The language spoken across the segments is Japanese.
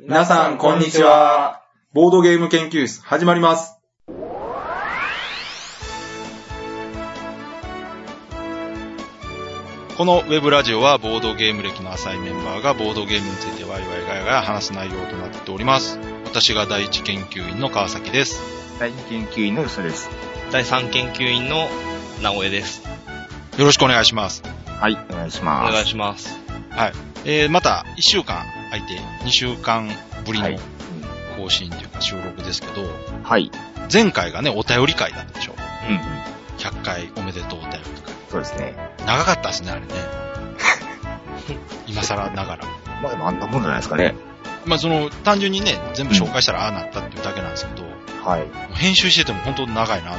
皆さん、こんにちは。ボードゲーム研究室、始まります。このウェブラジオはボードゲーム歴の浅いメンバーがボードゲームについてワイワイガヤガヤ話す内容となっております。私が第一研究員の川崎です。第2研究員の嘘です。第3研究員の直江です。よろしくお願いします。はい、お願いしおます。願いします。えー、また1週間空いて2週間ぶりはのい。更新というか収録ですけど、うんはい。前回がね、お便り会だったでしょ。うんうん。 100回おめでとうお便りとか。そうですね。長かったですね、あれね。今更ながら。まあでもあんなもんじゃないですかね。まあその、単純にね、全部紹介したらああなったっていうだけなんですけど、もはい。う編集してても本当長いなと。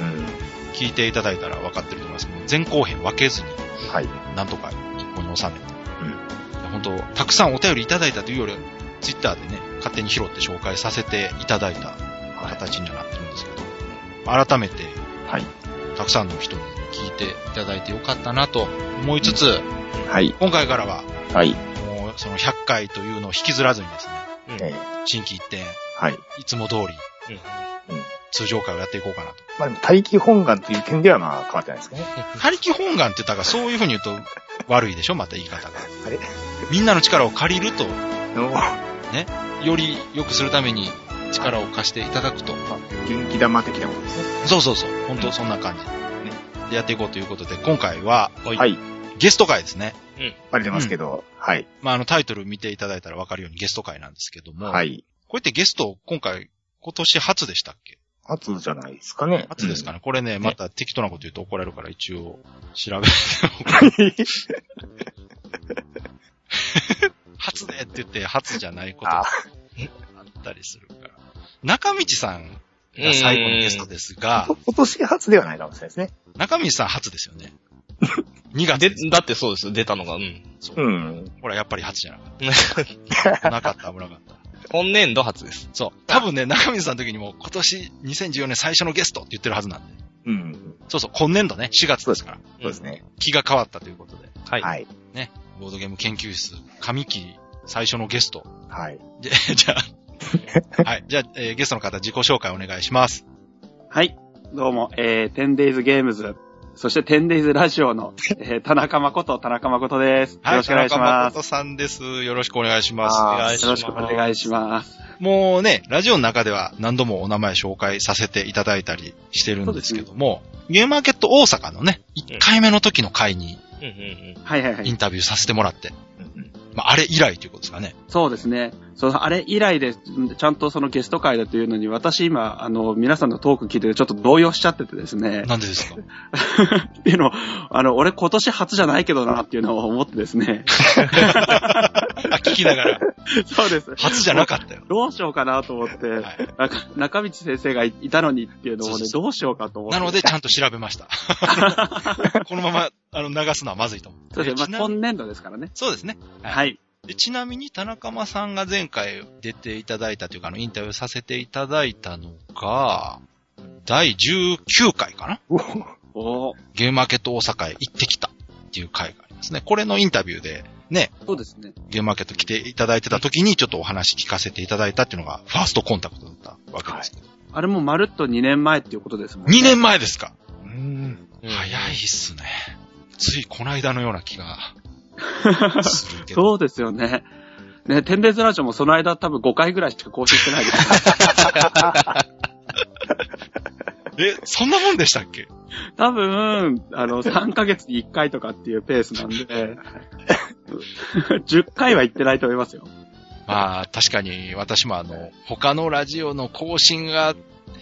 うん。聞いていただいたら分かってると思いますけど、前後編分けずに、はい。なんとか一個に収めて。本当たくさんお便りいただいたというよりは、ツイッターでね、勝手に拾って紹介させていただいた形にはなってるんですけど、改めて、はい。たくさんの人に聞いていただいてよかったなと思いつつ、はい。今回からは、はい。もうその100回というのを引きずらずにですね、ええ新規一点、はい。いつも通り、うん通常会をやっていこうかなと。まあでも、待機本願という点ではまあ変わってないですかね。他力本願って言ったから、そういう風に言うと悪いでしょまた言い方が。あれみんなの力を借りると、の、より良くするために力を貸していただくと。元気玉的なことですね。そうそうそう。本当そんな感じ。ね。でやっていこうということで、今回は、はい。ゲスト会ですね。バレてますけど、はい。まあ、あの、タイトル見ていただいたらわかるようにゲスト会なんですけども。。はいい。こうやってゲスト、今回、今年初でしたっけ初じゃないですかね。初ですかね。ね、これね、また適当なこと言うと怒られるから一応調べ。 初でって言って初じゃないことああったりするから。中道さんが最後のゲストで すが、今年初ではないかもしれないですね。中道さん初ですよね。2月でです、だってそうですよ、出たのが。うん。そううん。ほら、やっぱり初じゃなかった。なかった、危なかった。今年度初です。そう。多分ね、中道さんの時にも今年2014年最初のゲストって言ってるはずなんで。うん。そうそう、今年度ね、4月ですから。そうですね。気が変わったということで。はい。はい。ボードゲーム研究室、上期最初のゲスト。はい。 じゃ、じゃあ、はい。じゃあ、えーゲストの方自己紹介お願いします。はい。どうも、えー、10days games、そして 10days ラジオの、えー、田中誠、田中誠です。よろしくお願いしはま。田中誠さんです。よろしくお願いしますす。願いしよろましすくお願いします。もうね、ラジオの中では何度もお名前紹介させていただいたりしてるんですけども、ゲームマーケット大阪のね、1回目の時の回にうんうんうん。はいはいはイいン。タビューさせてもらって、うんまあ、あれ以来ということですかね。そうですね。そのあれ以来です、ちゃんとそのゲスト会だというのに、私今、あの、皆さんのトーク聞いててちょっと動揺しちゃっててですね。なんでですか っていうのを、あの、俺今年初じゃないけどなっていうのを思ってです ね。あ、聞きながら、そうです。初じゃなかったよ。どうしようかなと思って、はいなんか中道先生がいたのにっていうのをね、そうそうそうどうしようかと思って。なので、ちゃんと調べま した。このまま、あの、流すのはまずいと思う。そうですちね。なまみあ、に今年度ですからね。そうですね。はいはい。でちなみに田中間さんが前回出ていただいたというか、あの、インタビューさせていただいたのが、第19回かなおおーゲームマーケット大阪へ行ってきたっていう回がありますね。これのインタビューで、ね、そうですね。ゲームマーケット来ていただいてた時にちょっとお話聞かせていただいたっていうのが、ファーストコンタクトだったわけですけど。あれもまるっと2年前っていうことですもんね。 2年前ですか、うん。早いっすね。ついこの間のような気 がするけど。そうですよね。ね、テンデイズラジオもその間多分5回ぐらいしか更新してな いです。え、そんなもんでしたっけ多分、あの、3ヶ月に1回とかっていうペースなん で、10回は行ってないと思いますよ。まあ、確かに私もあの、他のラジオの更新が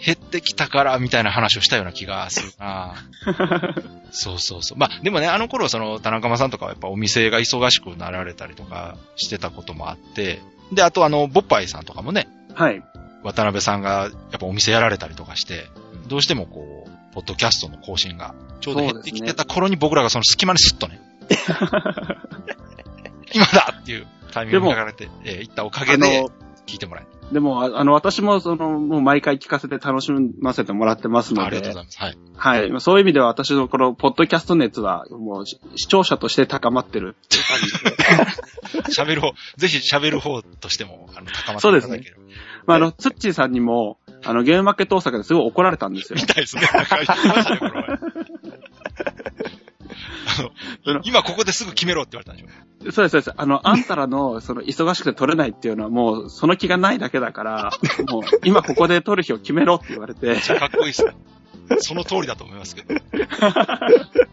減ってきたから、みたいな話をしたような気がするなそうそうそう。まあ、でもね、あの頃その、田中間さんとかはやっぱお店が忙しくなられたりとかしてたこともあって、で、あとあの、ボッパイさんとかもね、はい。渡辺さんがやっぱお店やられたりとかして、どうしてもこう、ポッドキャストの更新がちょうど減ってきてた頃に僕らがその隙間にスッと ね、今だっていうタイミングが流れて、えー行ったおかげあでの、聞いてもらえた。でも、ああの、私も、その、もう毎回聞かせて楽しませてもらってますのありがとうごでざ、います。はい。はい。そういう意味では私のこの、ポッドキャスト熱は、もう、し視聴者として高まってる感じで。喋る方、ぜひ喋る方としても、あの、高まってそういでたすだねける。まあ、あの、つっちーさんにも、あの、ゲームマーケット大阪ですごい怒られたんですよみ。たいですね。なんか言ってましたね、この 前。あそのの、今ここですぐ決めろって言われたんでしょ。そうです、そうです。あの、あんたらの、その、忙しくて取れないっていうのはもう、その気がないだけだから、もう、今ここで取る日を決めろって言われてめっ、ちゃかっこいいですね。その通りだと思います けど。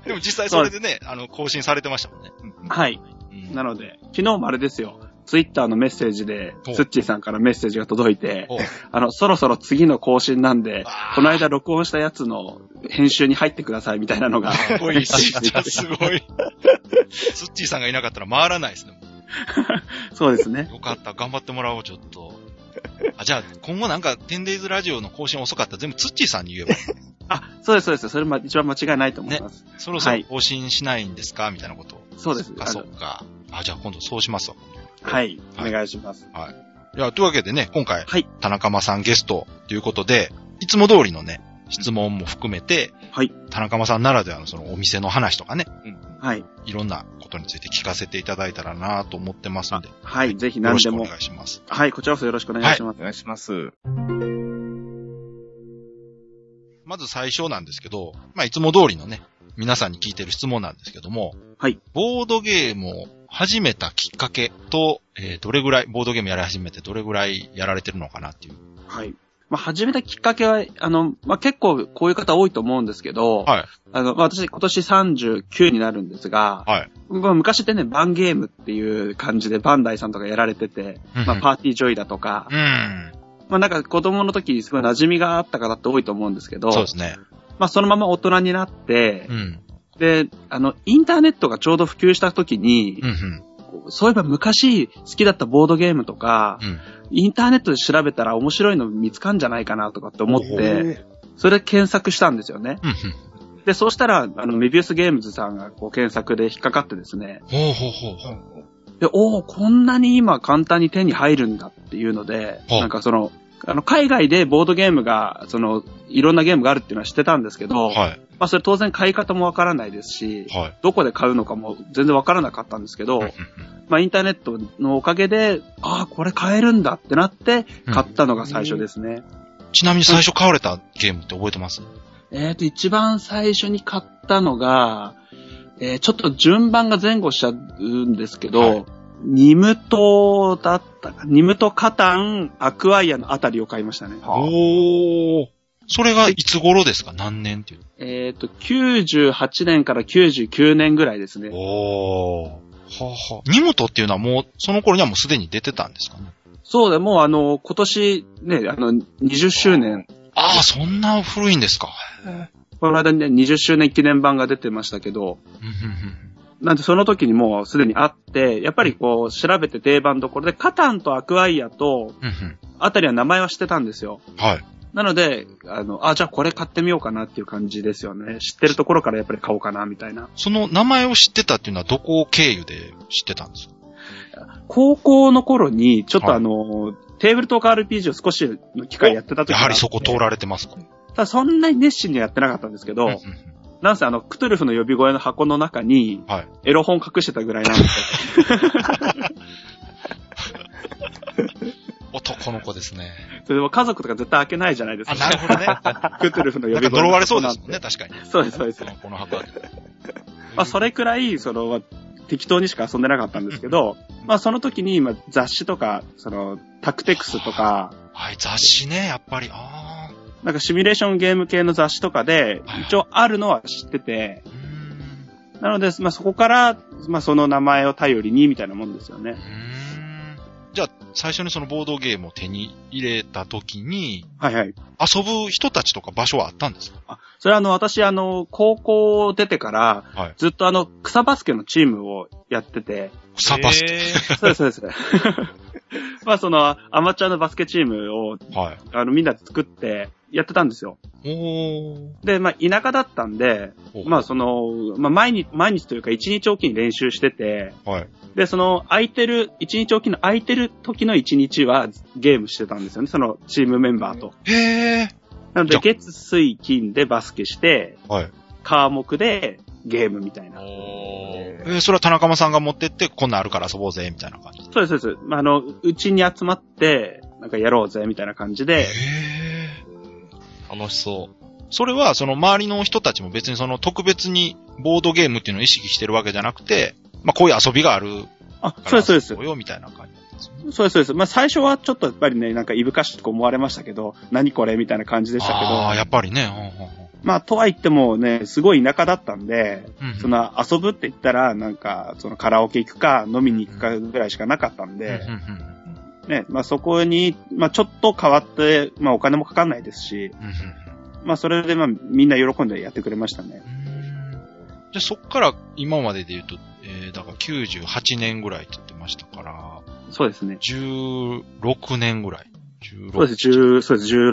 でも実際それでね、あの、更新されてましたもんね。はい。うんなので、昨日もあれですよ。ツイッターのメッセージでほう、ツッチーさんからメッセージが届いて、おあの、そろそろ次の更新なんであー、この間録音したやつの編集に入ってくださいみたいなのが。かっこ いいし、めっちゃすごい。スッチーさんがいなかったら回らないですね。そうですね。よかった、頑張ってもらおう、ちょっと。あ、じゃあ、今後なんか、10 days ラジオの更新遅かったら全部ツッチーさんに言えば、あ、そうです、そうです。それま、一番間違いないと思います。そろそろはい更新しないんですかみたいなことを。そうです。あ、あそのっか。あ、じゃあ今度そうしますわ。はい。おはい願いします。いや、というわけでね、今回、はい田中間さんゲストということで、いつも通りのね、質問も含めて、はい。田中間さんならではのそのお店の話とかね、はい。いろんなことについて聞かせていただいたらなと思ってますので、よはい。ぜひろ何しでくおも。願いします。はい。こちらこそよろしくお願いしまお願いします。まず最初なんですけど、まあ、いつも通りのね、皆さんに聞いてる質問なんですけども、はい。ボードゲームを始めたきっかけと、えーどれぐらい、ボードゲームやり始めてどれぐらいやられてるのかなっていう。す。はい。まあ、始めたきっかけは、あの、まあ、結構こういう方多いと思うんですけど、はい。あの、まあ、私今年39になるんですが、はい。まあ、昔ってね、バンゲームっていう感じでバンダイさんとかやられてて、まあ、パーティージョイだとかう、ん。まあ、なんか子供の時すごい馴染みがあった方って多いと思うんですけど、そうですね。まあ、そのまま大人になってう、ん。で、あの、インターネットがちょうど普及した時にう、んうん。そういえば昔好きだったボードゲームとかう、ん。インターネットで調べたら面白いの見つかんじゃないかなとかって思っおて、ーそれで検索したんですよね。うんうん。で、そうしたら、あの、メビウスゲームズさんがこう検索で引っかかってですね、ほうほうほうほう。で、おおこんなに今簡単に手に入るんだっていうので、はいなんかその、あの、海外でボードゲームが、その、いろんなゲームがあるっていうのは知ってたんですけど、はい。まあそれ当然買い方もわからないですし、はい。どこで買うのかも全然わからなかったんですけど、まあインターネットのおかげで、ああ、これ買えるんだってなって、買ったのが最初ですね。ちなみに最初買われたゲームって覚えてますえっ、と、一番最初に買ったのが、えーちょっと順番が前後しちゃうんですけど、はいニムトだったか、ニムトカタン、アクアイアのあたりを買いましたね。おー。それがいつ頃ですか何年っていう。えっ、と、98年から99年ぐらいですね。おー。はあはあ。ニムトっていうのはもう、その頃にはもうすでに出てたんですかねそうでもうあの、今年ね、あの、20周年、ああ、そんな古いんですか。この間にね、20周年記念版が出てましたけど、うんうんうんなんでその時にもうすでにあって、やっぱりこう調べて定番どころで、カタンとアクアイアと、うんうんあたりは名前は知ってたんですよ。はい。なので、あの、あ、じゃあこれ買ってみようかなっていう感じですよね。知ってるところからやっぱり買おうかな、みたいな。その名前を知ってたっていうのはどこを経由で知ってたんですか高校の頃に、ちょっとはいあの、テーブルトーク RPG を少しの機会やってた時やがはりそこ通られてますかただそんなに熱心にはやってなかったんですけど、うんうんうんなんせあの、クトゥルフの呼び声の箱の中にはい、エロ本隠してたぐらいなんですよ。男の子ですね。それでも家族とか絶対開けないじゃないですあ、なか。るほ どね。なんクトゥルフの呼かび声呪わの箱なんて。れそうですもんね、確かに。そうです、そうです。この箱は。まあ、それくらい、その、適当にしか遊んでなかったんですけど、まあ、その時に、今、雑誌とか、その、タクテクスとか、はい、雑誌ね、やっぱり。ああ。なんかシミュレーションゲーム系の雑誌とかではい、一応あるのは知ってて、うーん。なので、まあ、そこから、まあ、その名前を頼りに、みたいなもんですようね。ーんじゃあ、最初にそのボードゲームを手に入れた時に、はいはい。遊ぶ人たちとか場所はあったんですかそれは、あの、私、あの、高校出てからはい、ずっとあの、草バスケのチームをやってて、草バスケ。ケ。そうです、そうです。 まあ、その、アマチュアのバスケチームを、はい。あの、みんなで作って、やってたんですよ。おー。で、まあ、田舎だったんで、まあ、その、まあ、毎日、毎日というか、一日おきに練習してて、はい。で、その、空いてる、一日おきの空いてる時の一日は、ゲームしてたんですよね、その、チームメンバーと。へえ。なじので、ゃあ月、水、金でバスケして、はい。科目でゲームみたい な。おえー、それは田中間さんが持ってって、こんなんあるから遊ぼうぜ、みたいな感じ。そうです、そうです。まあ、あの、うちに集まって、なんかやろうぜ、みたいな感じで、え。ー。楽しそそれは、その周りの人たちも別にその特別にボードゲームっていうのを意識してるわけじゃなくて、まあこういう遊びがあるあ、かそうらです、そうです遊ぼ。うよ、みたいな感じ。そうです、そうです。まあ、最初はちょっとやっぱりね、なんかいぶかしく思われましたけど、何これみたいな感じでしたけああ、やど、っぱりね。うまあ、とは言ってもね、すごい田舎だったんで、んうんうんその遊ぶって言ったら、なんか、そのカラオケ行くか、飲みに行くかぐらいしかなかったんうんうんでう、んね、まあそこに、まあちょっと変わって、まあお金もかかんないですし、うんうんまあそれでまあみんな喜んでやってくれましたね。うんじゃあそっから今までで言うと、えー、だから98年ぐらいって言ってましたから、そうですね。 16年ぐらい。16そうです、10そうです、16、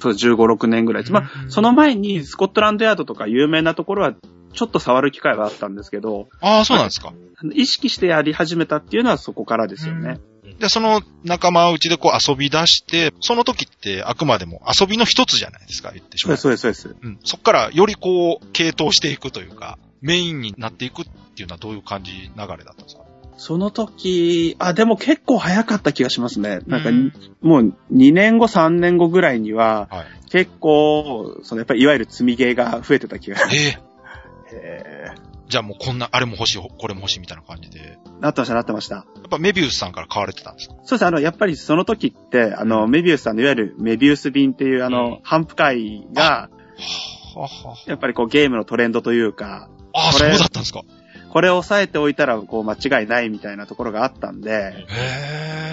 そうです、15、6年ぐらいです。まあ、その前にスコットランドヤードとか有名なところは、ちょっと触る機会はあったんですけど、ああ、そうなんですか。意識してやり始めたっていうのはそこからですよね。で、その仲間うちでこう遊び出して、その時ってあくまでも遊びの一つじゃないですか、言ってしそうまえです、ばそうです、そうです。うん。そっからよりこう、系統していくというか、メインになっていくっていうのはどういう感じ、流れだったんですかその時、あ、でも結構早かった気がしますね。なんか、うんもう2年後、3年後ぐらいには、はい。結構、そのやっぱりいわゆる積みゲーが増えてた気がええへじゃあもうこんな、あれも欲しい、これも欲しいみたいな感じで。やなってました、なってました。っぱメビウスさんから買われてたんですかそうです、あの、やっぱりその時って、あの、メビウスさんのいわゆるメビウス便っていう、あうのん、反復会が、はあはやっぱりこうゲームのトレンドというか、あ、ああ、こそうれだったんですか。これを押さえておいたら、こう、間違いないみたいなところがあったんで、う。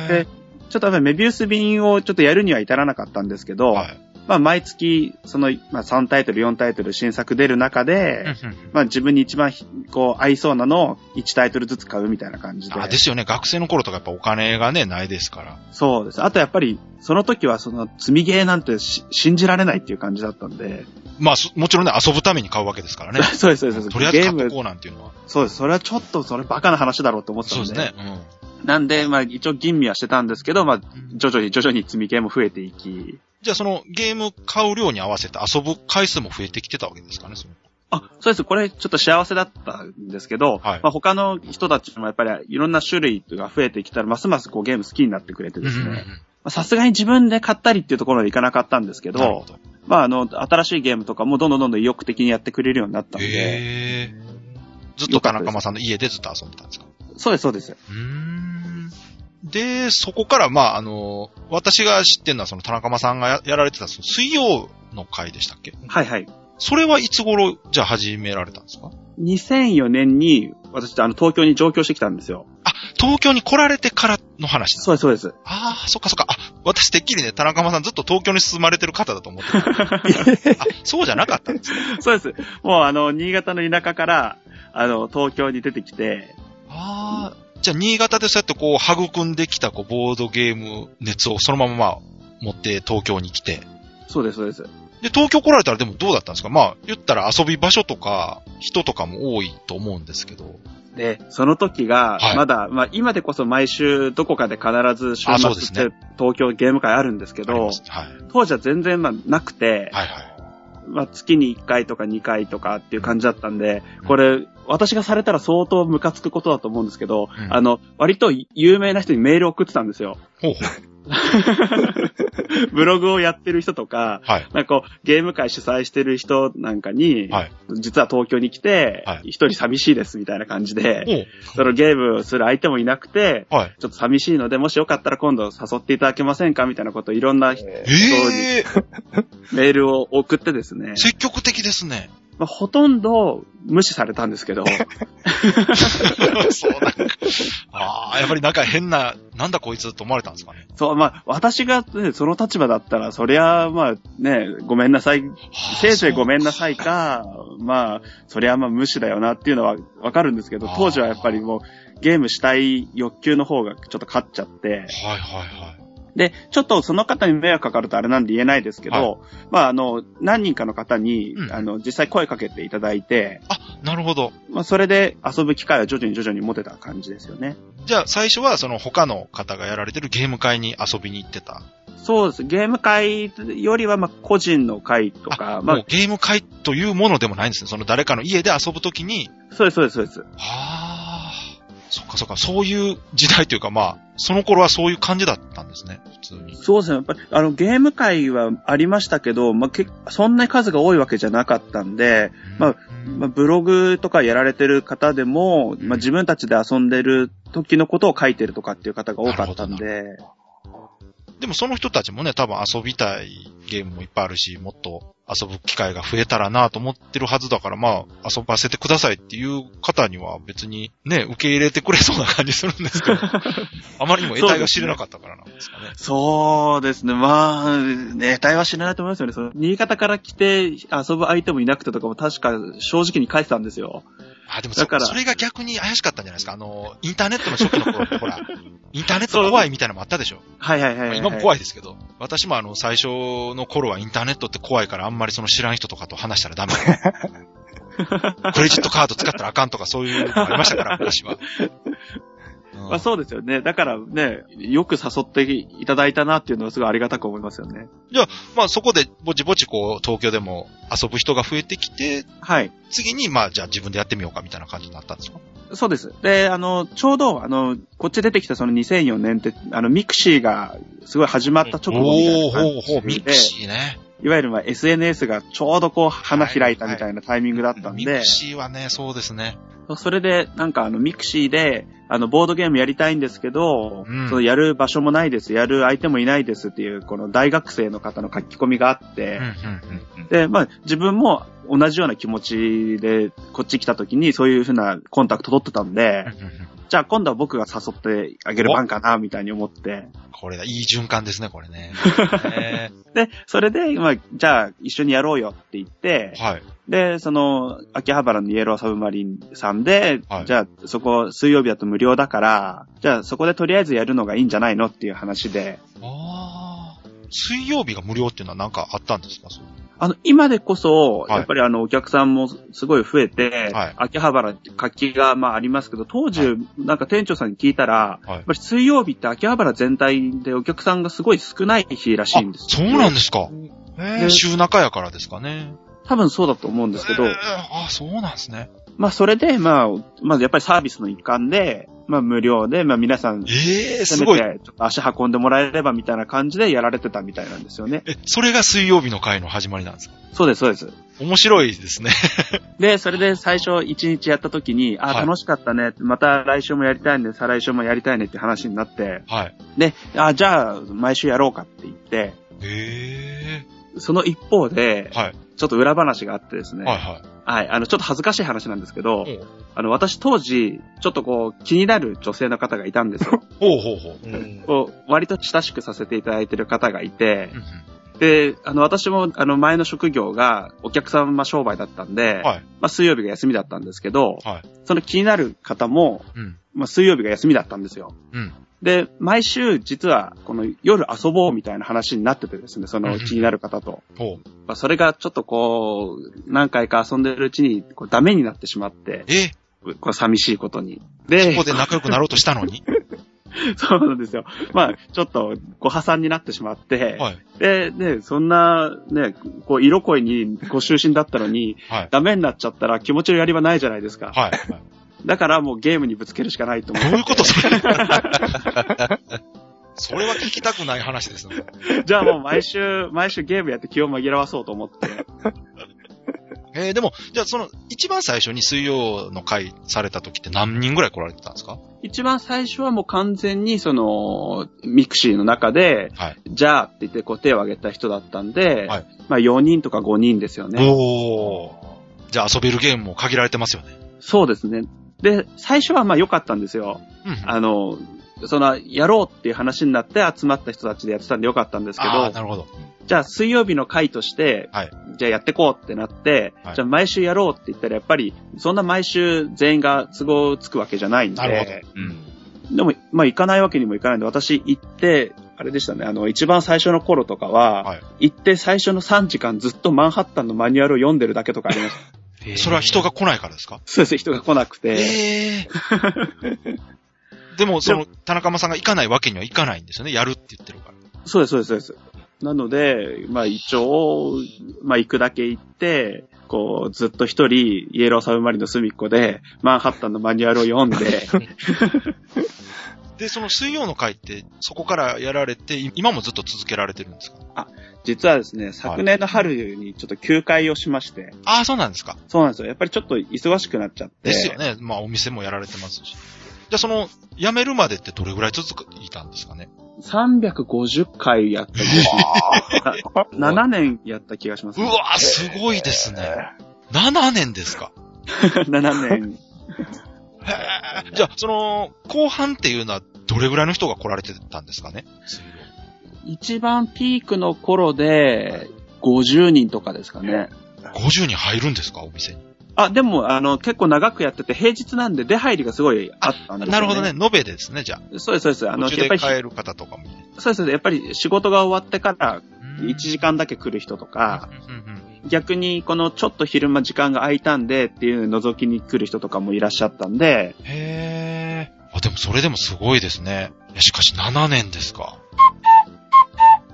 へでちょっとやっぱりメビウス便をちょっとやるには至らなかったんですけえ。ど、はい。まあ毎月、その、まあ3タイトル、4タイトル新作出る中で、まあ自分に一番ひこう合いそうなのを1タイトルずつ買うみたいな感じで。あですよね。学生の頃とかやっぱお金がね、ないですから。そうです。あとやっぱり、その時はその積みゲーなんてし信じられないっていう感じだったんで。 まあ、そもちろんね、遊ぶために買うわけですからね。そうです、そうです。とりあえずゲ買ーっムと、こうなんていうのは。そうです。それはちょっとそれバカな話だろうと思ってたそんうで。ですね。なんで、まあ一応吟味はしてたんですけど、まあうん。徐々に徐々に積みゲーも増えていき。じゃあそのゲーム買う量に合わせて遊ぶ回数も増えてきてたわけですかね、そのあ、そうです。これちょっと幸せだったんですけど、はいまあ他の人たちもやっぱりいろんな種類が増えてきたら、ますますこうゲーム好きになってくれてですうんうんうね。んまあさすがに自分で買ったりっていうところまでいかなかったんですけなるどほ、ど。まああの、新しいゲームとかもどんどんどんどん意欲的にやってくれるようになったんで、へえ。ずっと田中間さんの家でずっと遊んでたんですかそうです、そうです。うーんで、そこから、まあ、あの、私が知ってるのは、その田中間さんがややられてた、その水曜の回でしたっけはいはい。それはいつ頃、じゃあ始められたんですか2004年に、私、あの、東京に上京してきたんですよ。東京に来られてからの話なんだそうです、そうです。ああ、そっかそっか。あ、私てっきりね、田中間さんずっと東京に住まれてる方だと思って た。 あ、そうじゃなかったんですね。そうです。もう、あの、新潟の田舎から、あの、東京に出てきて、ああ、じゃあ新潟でそうやってこう、育んできたこう、ボードゲーム熱をそのまままあ、持って東京に来て。そうです、そうです。で、東京来られたらでもどうだったんですかまあ、言ったら遊び場所とか、人とかも多いと思うんですけど。で、その時がは、いまだ、まあ、今でこそ毎週どこかで必ず週あ末そうっですねて東京ゲーム会あるんですけありどま、すはい。当時は全然、まあ、なくて、はいはい。まあ、月に1回とか2回とかっていう感じだったんで、これ、私がされたら相当ムカつくことだと思うんですけど、うんあの、割と有名な人にメールを送ってたんで すよ。ほうほう。ブログをやってる人とか、はい。なんかこう、ゲーム会主催してる人なんかに、はい実は東京に来てはい、一人寂しいですみたいな感じで、ほう。そのゲームする相手もいなくて、はい。ちょっと寂しいので、もしよかったら今度誘っていただけませんかみたいなことをいろんなえええメールを送ってですね、積極的ですね。 まあ、ほとんど無視されたんですけど、そうなんか。ああ、やっぱりなんか変な、なんだこいつと思われたんですかね。そう、まあ、私が、ね、その立場だったら、そりゃ、まあね、ごめんなさい、せいぜいごめんなさいか、まあ、そりゃまあ無視だよなっていうのはわかるんですけどあー、当時はやっぱりもう、ゲームしたい欲求の方がちょっと勝っちゃって、はいはいはい。で、ちょっとその方に迷惑かかるとあれなんで言えないですけど、はまあ、あの、何人かの方に、うんあの、実際声かけていただいて、あ、なるほど。まあ、それで遊ぶ機会は徐々に徐々に持てた感じですよね。じゃあ、最初はその他の方がやられてるゲーム会に遊びに行ってた。そうです。ゲーム会よりは、まあ、個人の会とか、まもうあ、ゲーム会というものでもないんですね。その誰かの家で遊ぶときに、そうです、そうです、そうです。はあ、そっかそっか、そういう時代というか、まあ、その頃はそういう感じだったんですね、普通に。そうですね。やっぱり、あの、ゲーム会はありましたけど、まあ、けそんなに数が多いわけじゃなかったんで、まあうんまあ、ブログとかやられてる方でも、うんまあ、自分たちで遊んでる時のことを書いてるとかっていう方が多かったんで、でもその人たちもね、多分遊びたいゲームもいっぱいあるし、もっと遊ぶ機会が増えたらなと思ってるはずだから、まあ、遊ばせてくださいっていう方には別にね、受け入れてくれそうな感じするんです けど、あまりにも得体が知れなかったからなんですかね。そうですね。まあ、ね、得体は知らないと思いますよね。その新潟から来て遊ぶ相手もいなくてとかも確か正直に書いてたんですよ。あ、でもそだからそれが逆に怪しかったんじゃないですか。あの、インターネットの初期の頃ってほら、インターネット怖いみたいなのもあったでしょ。はいはいはい、まはあい。今も怖い。いですけど、私もあの、最初の頃はインターネットって怖いから、あんまりその知らん人とかと話したらダ メだ。クレジットカード使ったらあかんとか、そういうのがありました から、私は。うんまあそうですよね。だからね、よく誘っていただいたなっていうのはすごいありがたく思いますよね。まあそこで、ぼちぼちこう、東京でも遊ぶ人が増えてきて、はい。次に、まあじゃあ自分でやってみようかみたいな感じになったんですかそうです。で、あの、ちょうど、あの、こっち出てきたその2004年って、あの、ミクシーがすごい始まった直後みたいな感じで、ほうほう、ミクシーね。いわゆるまあ SNS がちょうどこう、花開いたみたいなタイミングだったんミで、クシーはね、そうですね。それで、なんかあの、ミクシーで、あの、ボードゲームやりたいんですけど、うんそのやる場所もないです、やる相手もいないですっていう、この大学生の方の書き込みがあっうてん、うんうん。で、まあ、自分も同じような気持ちで、こっち来た時にそういうふうなコンタクト取ってたんで、うんうんうんじゃあ今度は僕が誘ってあげる番かな、みたいに思って。これだ、いい循環ですね、これ ね。ねで、それで、まあ、じゃあ一緒にやろうよって言って、はい。で、その、秋葉原のイエローサブマリンさんで、はいじゃあそこ、水曜日だと無料だから、じゃあそこでとりあえずやるのがいいんじゃないのっていう話で、ああ。水曜日が無料っていうのはなんかあったんですかそうあの、今でこそ、はいやっぱりあの、お客さんもすごい増えて、はい秋葉原って活気がまあありますけど、当時、はなんか店長さんに聞いたら、はいやっぱり水曜日って秋葉原全体でお客さんがすごい少ない日らしいんですそうなんですか。えで週中やからですかね。多分そうだと思うんですけどえー、あーそうなんですね。まあそれで、まあ、まずやっぱりサービスの一環で、まあ無料で、まあ皆さん、ええすせごめい。てちょっと足運んでもらえればみたいな感じでやられてたみたいなんですよね。え、それが水曜日の回の始まりなんですかそうです、そうです。面白いですね。 で、それで最初1日やった時に、あ、はい楽しかったね、また来週もやりたいね、再来週もやりたいねって話になって、はい。で、あ、じゃあ毎週やろうかって言って、えその一方でえ、はい。ちょっと裏話があってですね、はいい、はあの、ちょっと恥ずかしい話なんですけおどう、あの、私当時、ちょっとこう、気になる女性の方がいたんですよ。 い。ほうほうほう。うん。を割と親しくさせていただいてる方がいてうん、うんで、あの、私も、あの、前の職業がお客様商売だったんはで、いまあ、水曜日が休みだったんですけど、はいその気になる方も、うん。まあ、水曜日が休みだったんですよ。うん。で、毎週、実は、この夜遊ぼうみたいな話になっててですね、そうんうのん気になる方と。ほう。まあ、それがちょっとこう、何回か遊んでるうちに、こうダメになってしまって、え、こう寂しいことに。で、ここで仲良くなろうとしたの に。 そうなんですよ。まあ、ちょっと、ご破産になってしまって、はい。で、ね、そんな、ね、こう、色恋にご就寝だったのに、はいダメになっちゃったら気持ちのやり場ないじゃないですか。はい。だからもうゲームにぶつけるしかないと思ど っういうことそれ。それは聞きたくない話ですね。て。じゃあもう毎週、毎週ゲームやって気を紛らわそうと思って。えー、でも、じゃあその、一番最初に水曜の会された時って何人ぐらい来られてたんですか一番最初はもう完全にその、ミクシーの中で、はいじゃあって言ってこう手を挙げた人だったんで、はいまあ4人とか5人ですよね。おー。じゃあ遊べるゲームも限られてますよね。そうですね。で、最初はまあ良かったんですよ。うん。あの、その、やろうっていう話になって集まった人たちでやってたんでよかったんですけあどー、なるほど。じゃあ水曜日の会として、はいじゃあやってこうってなって、はいじゃあ毎週やろうって言ったら、やっぱり、そんな毎週全員が都合つくわけじゃないんで、なるほどでも、まあ行かないわけにもいかないんで、私行って、あれでしたね、あの、一番最初の頃とかは、はい行って最初の3時間ずっとマンハッタンのマニュアルを読んでるだけとかありました。へーそれは人が来ないからですか そうですね、人が来なくて。ええ でも、その、田中間さんが行かないわけにはいかないんですよね。やるって言ってるから。そうです、そうです、そうです。なので、まあ一応、まあ行くだけ行って、こう、ずっと一人、イエローサブマリンの隅っこで、マンハッタンのマニュアルを読んで、 で、その水曜の会って、そこからやられて、い今もずっと続けられてるんですか実はですね、昨年の春にちょっと休会をしまして、ああ、そうなんですか。そうなんですよ。やっぱりちょっと忙しくなっちゃって。ですよね。まあ、お店もやられてますし。じゃあ、その、辞めるまでってどれぐらい続いたんですかね350回やった気がします。7年やった気がします、うわー、すごいですね。7年ですか。 7年。へえ。じゃあ、その、後半っていうのは、どれぐらいの人が来られてたんですかね水曜一番ピークの頃で、50人とかですかね。 50人入るんですかお店に。あ、でも、あの、結構長くやってて、平日なんで出入りがすごいあったんですよ、ね。なるほどね。。延べですね、じゃあ。そうです、そうです。あの、途中やっでぱり、そう帰る方とかもいる。ですそうです。やっぱり仕事が終わってから、1時間だけ来る人とか、うんうんうん逆に、このちょっと昼間時間が空いたんでっていうのを覗きに来る人とかもいらっしゃったんで、へー。あ、でもそれでもすごいですね。いやしかし7年ですか。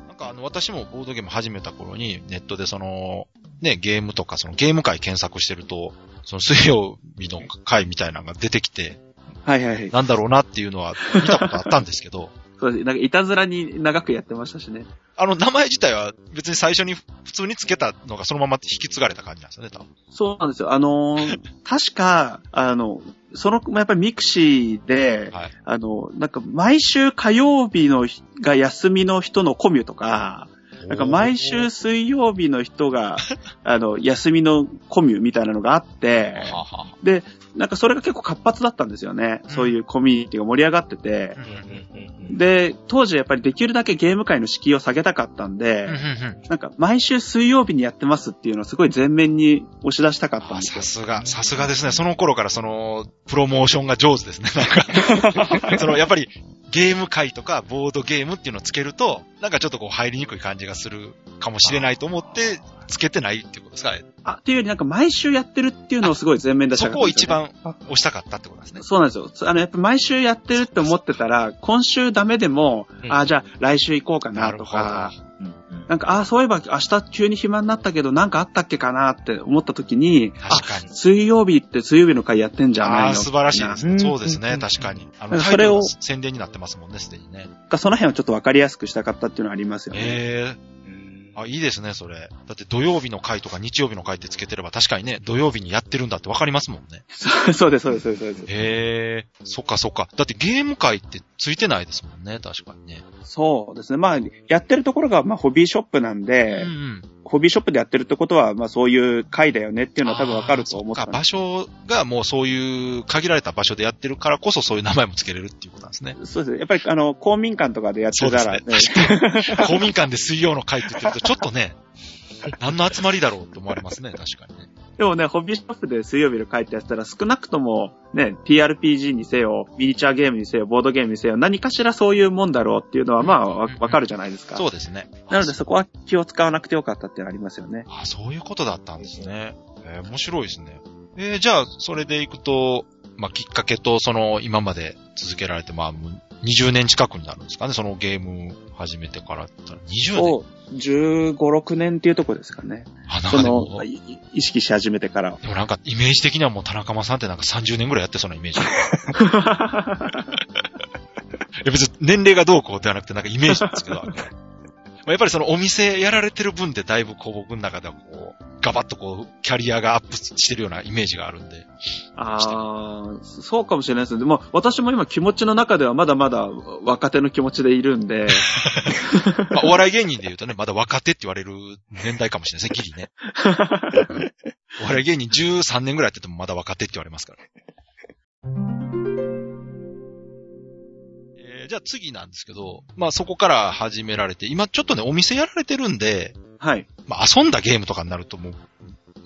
なんかあの、私もボードゲーム始めた頃に、ネットでその、ね、ゲームとか、そのゲーム界検索してると、その水曜日の会みたいなのが出てきて、はいはいはい。なんだろうなっていうのは見たことあったんですけ ど、そうです。なんか、いたずらに長くやってましたしね。あの、名前自体は別に最初に普通につけたのがそのまま引き継がれた感じなんですよね、多分。そうなんですよ。あの ー確か、あの、その、やっぱりミクシーで、はいあの、なんか毎週火曜日の日が休みの人のコミュとか、なんか毎週水曜日の 人が、あの、休みのコミュみたいなのがあって、はははなんかそれが結構活発だったんですよね。そういうコミュニティが盛り上がってて。で、当時やっぱりできるだけゲーム界の敷居を下げたかったんで、うんうんうんなんか毎週水曜日にやってますっていうのをすごい前面に押し出したかったんあですさよ。すが、さすがですね。その頃からその、プロモーションが上手ですね。なん かその、やっぱり、ゲーム界とか、ボードゲームっていうのをつけると、なんかちょっとこう入りにくい感じがするかもしれないと思って、つけてないっていうことですかね。あ、っていうよりなんか毎週やってるっていうのをすごい前面出したそかったこをんですよね一番押したかったってことですね。そうなんですよ。あの、やっぱ毎週やってるって思ってたら、今週ダメでも、うんあ、じゃあ来週行こうかなとか、なんか、あ、そういえば明日急に暇になったけど、なんかあったっけかなって思った時に、あ、確かに。水曜日って水曜日の会やってんじゃないあのあー、素晴らしいですね。うんそうですね、確かに。あの、タそイトれルをの宣伝になってますもんね、すでにね。なんかその辺をちょっとわかりやすくしたかったっていうのはありますよね。ええあ、いいですね、それ。だって土曜日の回とか日曜日の回ってつけてれば確かにね、土曜日にやってるんだってわかりますもんね。 そうです、そうです、そうですそうです。へえ、そっかそっか。だってゲーム界ってついてないですもんね、確かにね。そうですね。まあ、やってるところが、まあ、ホビーショップなんで、うんうん。ホビーショップでやってるってことは、まあ、そういう会だよねっていうのは多分わかると思っあたーそんっでか場所がもうそういう限られた場所でやってるからこそそういう名前もつけれるっていうことなんです ね。そうですね。やっぱり、あの、公民館とかでやってそうでたすら、ねね。確かに。公民館で水曜の会って言ってるとちょっとね、何の集まりだろうって思われますね、確かにね。でもね、ホビーショップで水曜日の会ってやってたら、少なくとも、ね、TRPG にせよ、ミニチュアゲームにせよ、ボードゲームにせよ、何かしらそういうもんだろうっていうのは、まあ、わわかるじゃないですか。そうですね。なので、そこは気を使わなくてよかったっていうのはありますよね。あ、そういうことだったんですね。えー面白いですね。えーじゃあ、それでいくと、まあ、きっかけと、その、今まで続けられて、まあ、もう20年近くになるんですかね、そのゲーム始めてからって言ったら。20年を、15、6年っていうとこですかね。あ、なんそかでの、も、いい意識し始めて からは。でもなんか、イメージ的にはもう田中間さんってなんか30年ぐらいやってそうなイメージ。いや、別に年齢がどうこうではなくて、なんかイメージですけど、あのまあやっぱりそのお店やられてる分でだいぶこう僕の中ではこう、ガバッとこう、キャリアがアップしてるようなイメージがあるんで。ああ、そうかもしれないですね。でも、私も今気持ちの中ではまだまだ若手の気持ちでいるんで、まあ、お笑い芸人で言うとね、まだ若手って言われる年代かもしれないですね、ギリね。お笑い芸人13年ぐらいやっててもまだ若手って言われますから。えーじゃあ次なんですけど、まあそこから始められて、今ちょっとね、お店やられてるんで、はい。まあ遊んだゲームとかになるともう、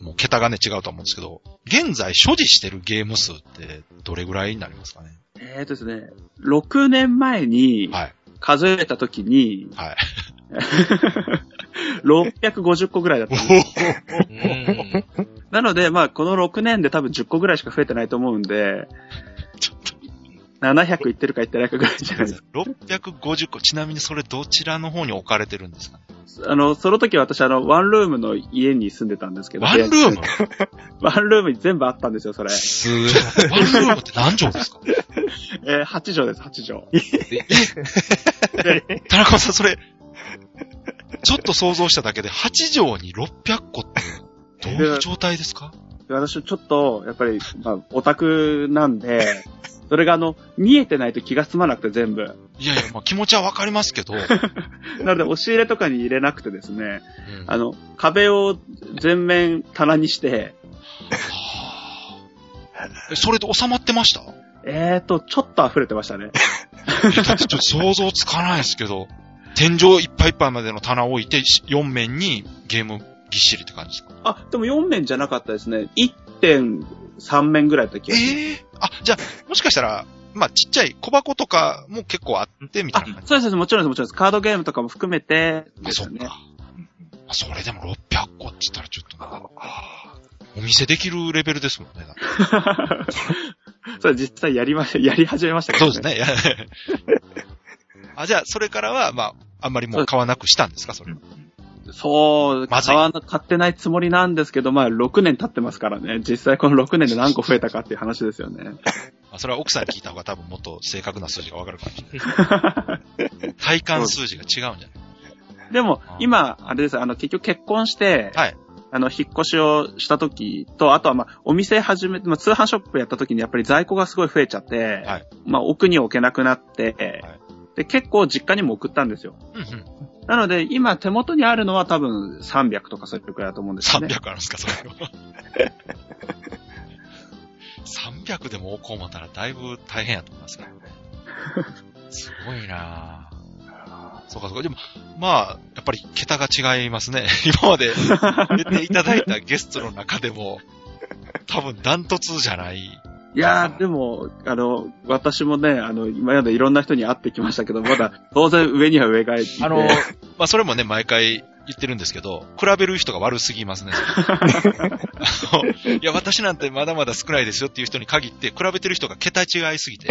もう桁がね違うとは思うんですけど、現在所持してるゲーム数ってどれぐらいになりますかねえーとですね、6年前に、はい。数えた時に、 はい。 650個ぐらいだったん です。うん。なので、まあ、この6年で多分10個ぐらいしか増えてないと思うんで、ちょっ700いってるかいってないかぐらいじゃないですか。と、650個。ちなみにそれどちらの方に置かれてるんですかあの、その時私、あの、ワンルームの家に住んでたんですけど、ワンルームワンルームに全部あったんですよ、それ。すごい。ワンルームって何畳ですかえー、8畳です、8畳。 田中さん、それ、ちょっと想像しただけで、8畳に600個って、どういう状態ですかで私、ちょっと、やっぱり、まあ、オタクなんで、それがあの、見えてないと気が済まなくて全部。いやいや、まあ気持ちはわかりますけ ど、なので、押し入れとかに入れなくてですね、うんあの、壁を全面棚にして、はあえそれで収まってましたえーと、ちょっと溢れてましたね。いやだってちょっと想像つかないですけど、天井いっぱいいっぱいまでの棚を置いて、4面にゲームぎっしりって感じですかあ、でも4面じゃなかったですね。1.3面ぐらいだった気がします。ええあ、じゃあ、もしかしたら、まあちっちゃい小箱とかも結構あって、みたあいな感、じそうですそうです、もちろんです、もちろんです。カードゲームとかも含めてあ、ですそよっね。 か。あそれでも600個って言ったらちょっとなんかお見せできるレベルですもんね。だってそれ実際やりまし、やり始めましたけ ど、そうです。ね。 あ、じゃあ、それからは、まあ、あんまりもう買わなくしたんですか、それ。そう、まずい買わな買ってないつもりなんですけど、まあ6年経ってますからね。実際この6年で何個増えたかっていう話ですよね。まあ、それは奥さんに聞いた方が多分もっと正確な数字がわかるかもしれ ない。体感数字が違うんじゃないでもあー、今、あれです、あの、結局結婚して、はいあの、引っ越しをした時と、あとはまあ、お店始め、まあ、通販ショップやった時にやっぱり在庫がすごい増えちゃって、はいまあ、奥に置けなくなって、はいで、結構実家にも送ったんですよ。うんうん。なので、今手元にあるのは多分300とかそういうくらいだと思うんですよね。 300あるんですか、それは。300でもこう思ったらだいぶ大変やと思いますけどね。すごいなぁ。そうかそうか。でも、まあ、やっぱり桁が違いますね。 今まで出ていただいたゲストの中でも、多分ダントツじゃない。いやー、でも、あの、私もね、あの、今までいろんな人に会ってきましたけど、まだ、当然上には上がいて、あの、まあそれもね、毎回言ってるんですけど、比べる人が悪すぎますね。あのいや、私なんてまだまだ少ないですよっていう人に限って、比べてる人が桁違いすぎて。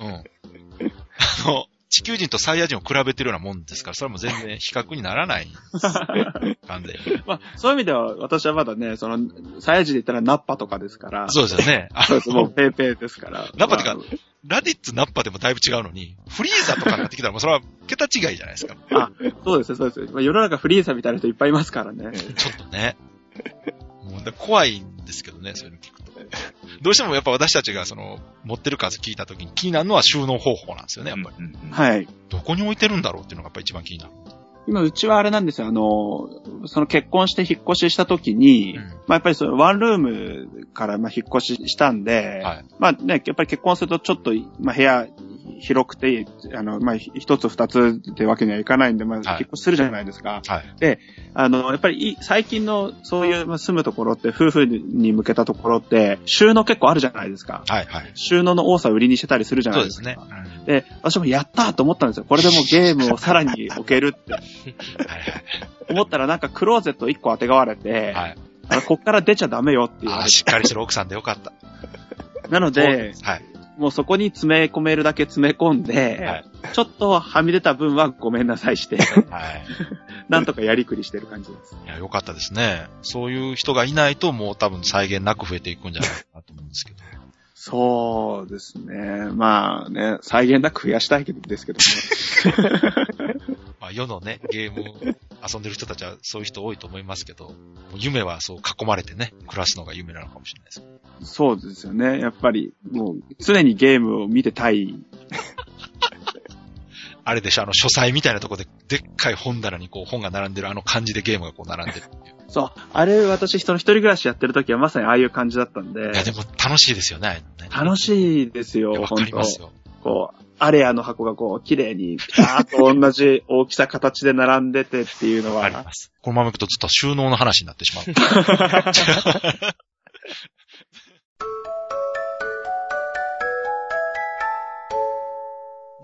うん。あの、地球人とサイヤ人を比べてるようなもんですから、それはもう全然比較にならない感じで。まあ、そういう意味では、私はまだね、その、サヤジで言ったらナッパとかですから、そうですよね。あそうです、もうペーペーですから。ナッパってかまラディッツ、ナッパでもだいぶ違うのに、フリーザとかになってきたらもうそれは桁違いじゃないですか。あそうですね、そうですね。まあ、世の中フリーザみたいな人いっぱいいますからね。ちょっとね。もうだ怖いんですけどね、そういうの聞くと。どうしてもやっぱ私たちがその、持ってる数聞いた時に気になるのは収納方法なんですよね、やっぱり。ははい。どこに置いてるんだろうっていうのがやっぱ一番気になる。今、うちはあれなんですよ、あの、その結婚して引っ越しした時に、うんまあやっぱりそのワンルームからまあ引っ越ししたんで、はいまあね、やっぱり結婚するとちょっと、まあ部屋広くて、あの、まあ一つ二つってわけにはいかないんで、まあはい引っ越しするじゃないですか。はい。あの、やっぱりい最近のそういうまあ住むところって、夫婦に向けたところって、収納結構あるじゃないですか。はい、はい。収納の多さを売りにしてたりするじゃなそいうでですすか。ね。うんはいで、私もやったーと思ったんですよ。これでもうゲームをさらに置けるってはい思ったらなんかクローゼット1個当てがわれて、はい。あのこっから出ちゃダメよっていう。あーしっかりしてる奥さんでよかった。なのそうでで、すはい。もうそこに詰め込めるだけ詰め込んで、はいちょっとはみ出た分はごめんなさ いして、はい。なんとかやりくりしてる感じです。いや、よかったですね。そういう人がいないともう多分再現なく増えていくんじゃないかなと思うんですけ ど。そうですね。まあね、再現なく増やしたいけどですけどね。まあ、世のね、ゲームを遊んでる人たちはそういう人多いと思いますけど、もう夢はそう囲まれてね、暮らすのが夢なのかもしれないです。そうですよね。やっぱり、もう常にゲームを見てたい。あれでしょ、あの書斎みたいなとこで、でっかい本棚にこう本が並んでるあの感じでゲームがこう並んでるっていう。そう。あれ、私、その一人暮らしやってる時はまさにああいう感じだったんいでや、、でも楽しいですよね、ああいうのね。楽しいですよ、いやわか本り当ますよ。こう、アレアの箱がこう、綺麗にピターッと同じ大きさ形で並んでてっていうのわかりまは、す。このままいくとずっと収納の話になってしまう。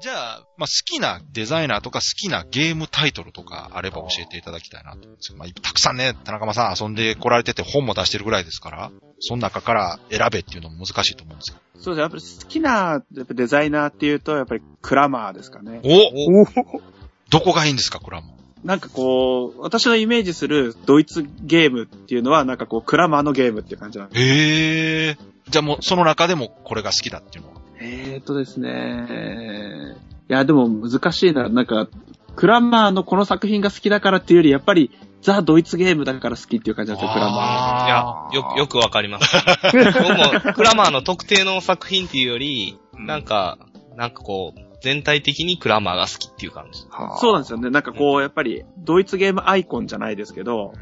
じゃあ、まあ、好きなデザイナーとか好きなゲームタイトルとかあれば教えていただきたいなと思うんですけど。まあ、たくさんね、田中間さん遊んで来られてて本も出してるぐらいですから、その中から選べっていうのも難しいと思うんですけそうですね。やっぱり好きなやっぱデザイナーっていうと、やっぱりクラマーですかね。ど。おおーどこがいいんですか、これはもなんかこう、私のイメージするドイツゲームっていうのは、なんかこう、クラマーのゲームっていう感じなんでう。へえ。じゃあもう、その中でもこれが好きだっていうのは。す。えーとですね。いや、でも難しいな。なんか、クラマーのこの作品が好きだからっていうより、やっぱり、ザ・ドイツゲームだから好きっていう感じなんですよ、クラマー。いやあー、よく、よくわかり ます。僕も、クラマーの特定の作品っていうより、なんか、なんかこう、全体的にクラマーが好きっていう感じ。はあそうなんですよね。なんかこう、やっぱり、ドイツゲームアイコンじゃないですけど、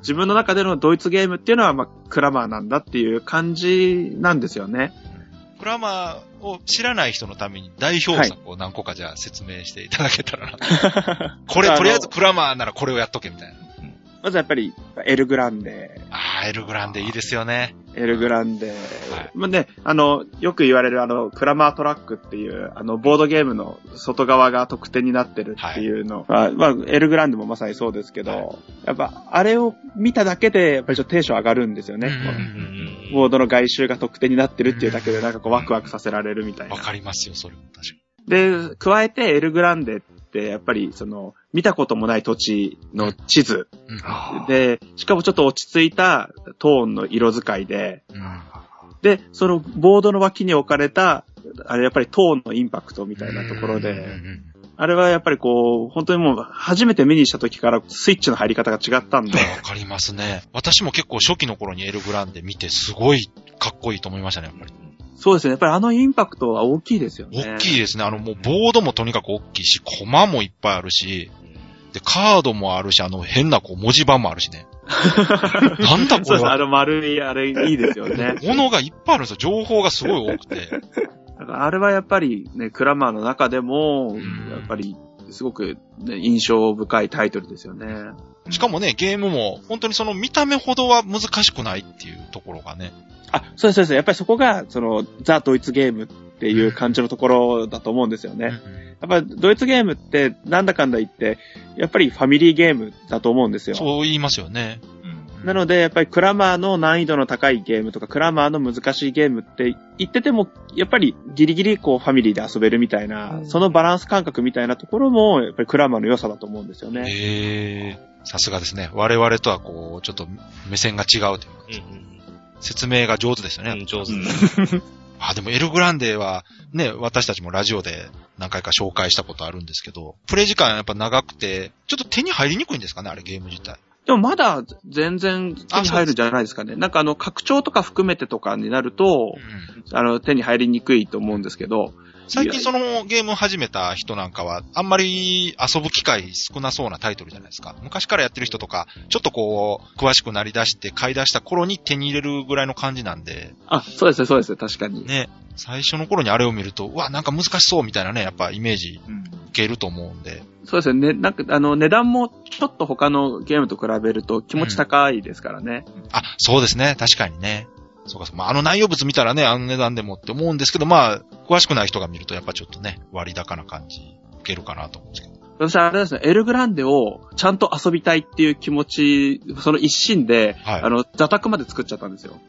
自分の中でのドイツゲームっていうのは、まあ、クラマーなんだっていう感じなんですよね。クラマーを知らない人のために代表作を何個かじゃあ説明していただけたらな。 これ、とりあえずクラマーならこれをやっとけみたいな。まずやっぱり、エルグランデ、あー、エルグランデいいですよね。エルグランデ、まあね、あの、よく言われるあの、クラマートラックっていう、あの、ボードゲームの外側が得点になってるっていうのは、まあ、エルグランデもまさにそうですけど、はいやっぱ、あれを見ただけで、やっぱりちょっとテンション上がるんですよね。うんうんうんうんボードの外周が得点になってるっていうだけで、なんかこう、ワクワクさせられるみたいなわ。かりますよ、それも確かで、加えてエルグランデって、やっぱりその、見たこともない土地の地図。に。うんはあで、しかもちょっと落ち着いたトーンの色使いで、で、そのボードの脇に置かれた、あれやっぱりトーンのインパクトみたいなところうんうんうで、んあれはやっぱりこう、本当にもう初めて目にした時からスイッチの入り方が違ったんで、わかりますね。私も結構初期の頃にエルグランデ見て、すごいかっこいいと思いましたね、やっぱり。そうですね、やっぱりあのインパクトは大きいですよね。大きいですね。あの、もうボードもとにかく大きいし、コマもいっぱいあるし、で、カードもあるし、あの変なこう文字盤もあるし ね。なんだこ そうれです、あは。の丸い、あれいいですよね。物がいっぱいあるんですよ。情報がすごい多くて。だからあれはやっぱりね、クラマーの中でも、んやっぱりすごく、ね、印象深いタイトルですよね。しかもね、ゲームも、本当にその見た目ほどは難しくないっていうところがね。あ、そうですそうです。やっぱりそこが、その、ザ・ドイツゲームっていう感じのところだと思うんですよね。やっぱりドイツゲームってなんだかんだ言って、やっぱりファミリーゲームだと思うんですよ。そう言いますよね。うんなので、やっぱりクラマーの難易度の高いゲームとか、クラマーの難しいゲームって言ってても、やっぱりギリギリこうファミリーで遊べるみたいな、そのバランス感覚みたいなところも、やっぱりクラマーの良さだと思うんですよね。ええさすがですね。我々とはこう、ちょっと目線が違うというか、うん説明が上手ですよね。うんうん。上手うんです。あ、でもエルグランデは、ね、私たちもラジオで何回か紹介したことあるんですけど、プレイ時間やっぱ長くて、ちょっと手に入りにくいんですかね、あれゲーム自体。でもまだ全然手に入るんじゃないですかね。なんかあの、拡張とか含めてとかになると、あの、手に入りにくいと思うんですけど、最近そのゲーム始めた人なんかは、あんまり遊ぶ機会少なそうなタイトルじゃないですか。昔からやってる人とか、ちょっとこう、詳しくなり出して買い出した頃に手に入れるぐらいの感じなんで、あ、そうですね、そうですね、確かに。ね、最初の頃にあれを見ると、うわ、なんか難しそうみたいなね、やっぱイメージうん受けると思うんで。そうですね、ねなんかあの、値段もちょっと他のゲームと比べると気持ち高いですからね。あ、そうですね。確かにね。そうかそう、まあ、あの内容物見たらね、あの値段でもって思うんですけど、まあ、詳しくない人が見るとやっぱちょっとね、割高な感じ受けるかなと思うんですけど。私はあれですね、エルグランデをちゃんと遊びたいっていう気持ち、その一心で、はいあの、座卓まで作っちゃったんですよ。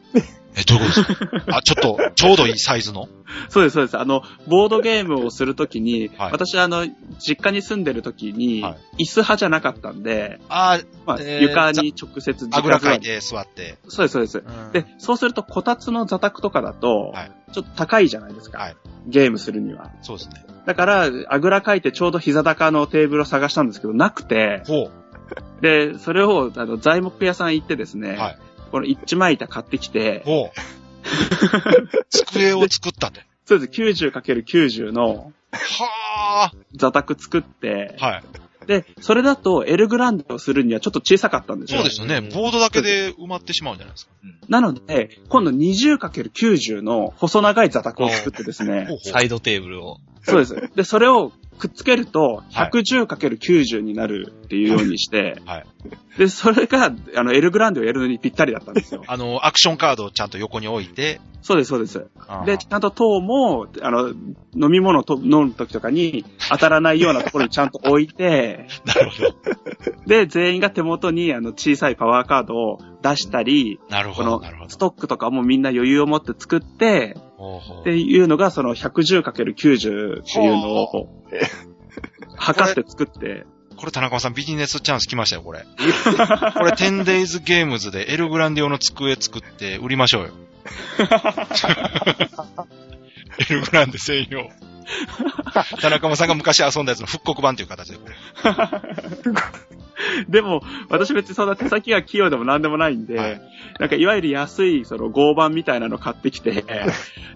え、どういうことです かあ、ちょっと、ちょうどいいサイズの。そうです、そうです。あの、ボードゲームをするときに、 はい私、あの、実家に住んでるときに、は椅子派じゃなかったんで、あーまあ、えー床に直接あ直ぐらか座いり。て座って。そうです、そうです。で、そうすると、こたつの座卓とかだと、はいちょっと高いじゃないですか。はいゲームするには。そうですね。だから、あぐらかいてちょうど膝高のテーブルを探したんですけど、なくて、ほう。で、それを、あの、材木屋さん行ってですね、はいこの一枚板買ってきて、ほう。机を作ったと。そうです、90×90 のは座卓作って、あ。はい。で、それだとエルグランデをするにはちょっと小さかったんですそよう。ですよね。ボードだけで埋まってしまうんじゃないですか。なので、今度 20×90 の細長い座卓を作ってですほうね、ほサイドテーブルを。そうです。で、それをくっつけると、はい 110×90 になるっていうようにして、はい。で、それが、あの、エルグランデをやるのにぴったりだったんですよあの、アクションカードをちゃんと横に置いて、そうです、そうです。あーで、ちゃんと糖も、あの、飲み物と飲む時とかに当たらないようなところにちゃんと置いて、 なるほど。で、全員が手元にあの小さいパワーカードを出したり、なるほこど、のなるほどス。トックとかもみんな余裕を持って作って、ほうほっうていうのがその 110×90 っていうのを、測って作って、これ田中さんビジネスチャンス来ましたよ、 これ。これ 10days ゲームズでエルグランデ用の机作って売りまし ょうよ。エルグランデ専用。田中さんが昔遊んだやつの復刻版という形で。これ でも、私別にそんな手先が器用でも何でもないんで、はいなんかいわゆる安いその合板みたいなの買ってき て、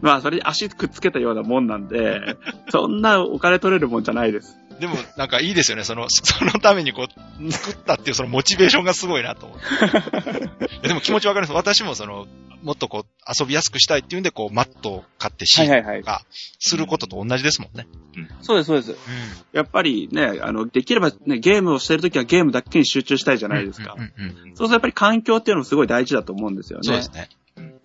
まあそれに足くっつけたようなもんなんで、そんなお金取れるもんじゃないです。でもなんかいいですよね。その、そのためにこう、作ったっていうそのモチベーションがすごいな と思って。いやでも気持ちわかります。私もその、もっとこう、遊びやすくしたいっていうんで、こう、マットを買ってシートいはいすることと同じですもんね。そうです、そうです。やっぱりね、あの、できればね、ゲームをしてるときはゲームだけに集中したいじゃないですか。うんうんうんそうするとやっぱり環境っていうのもすごい大事だと思うんですよね。そうですね。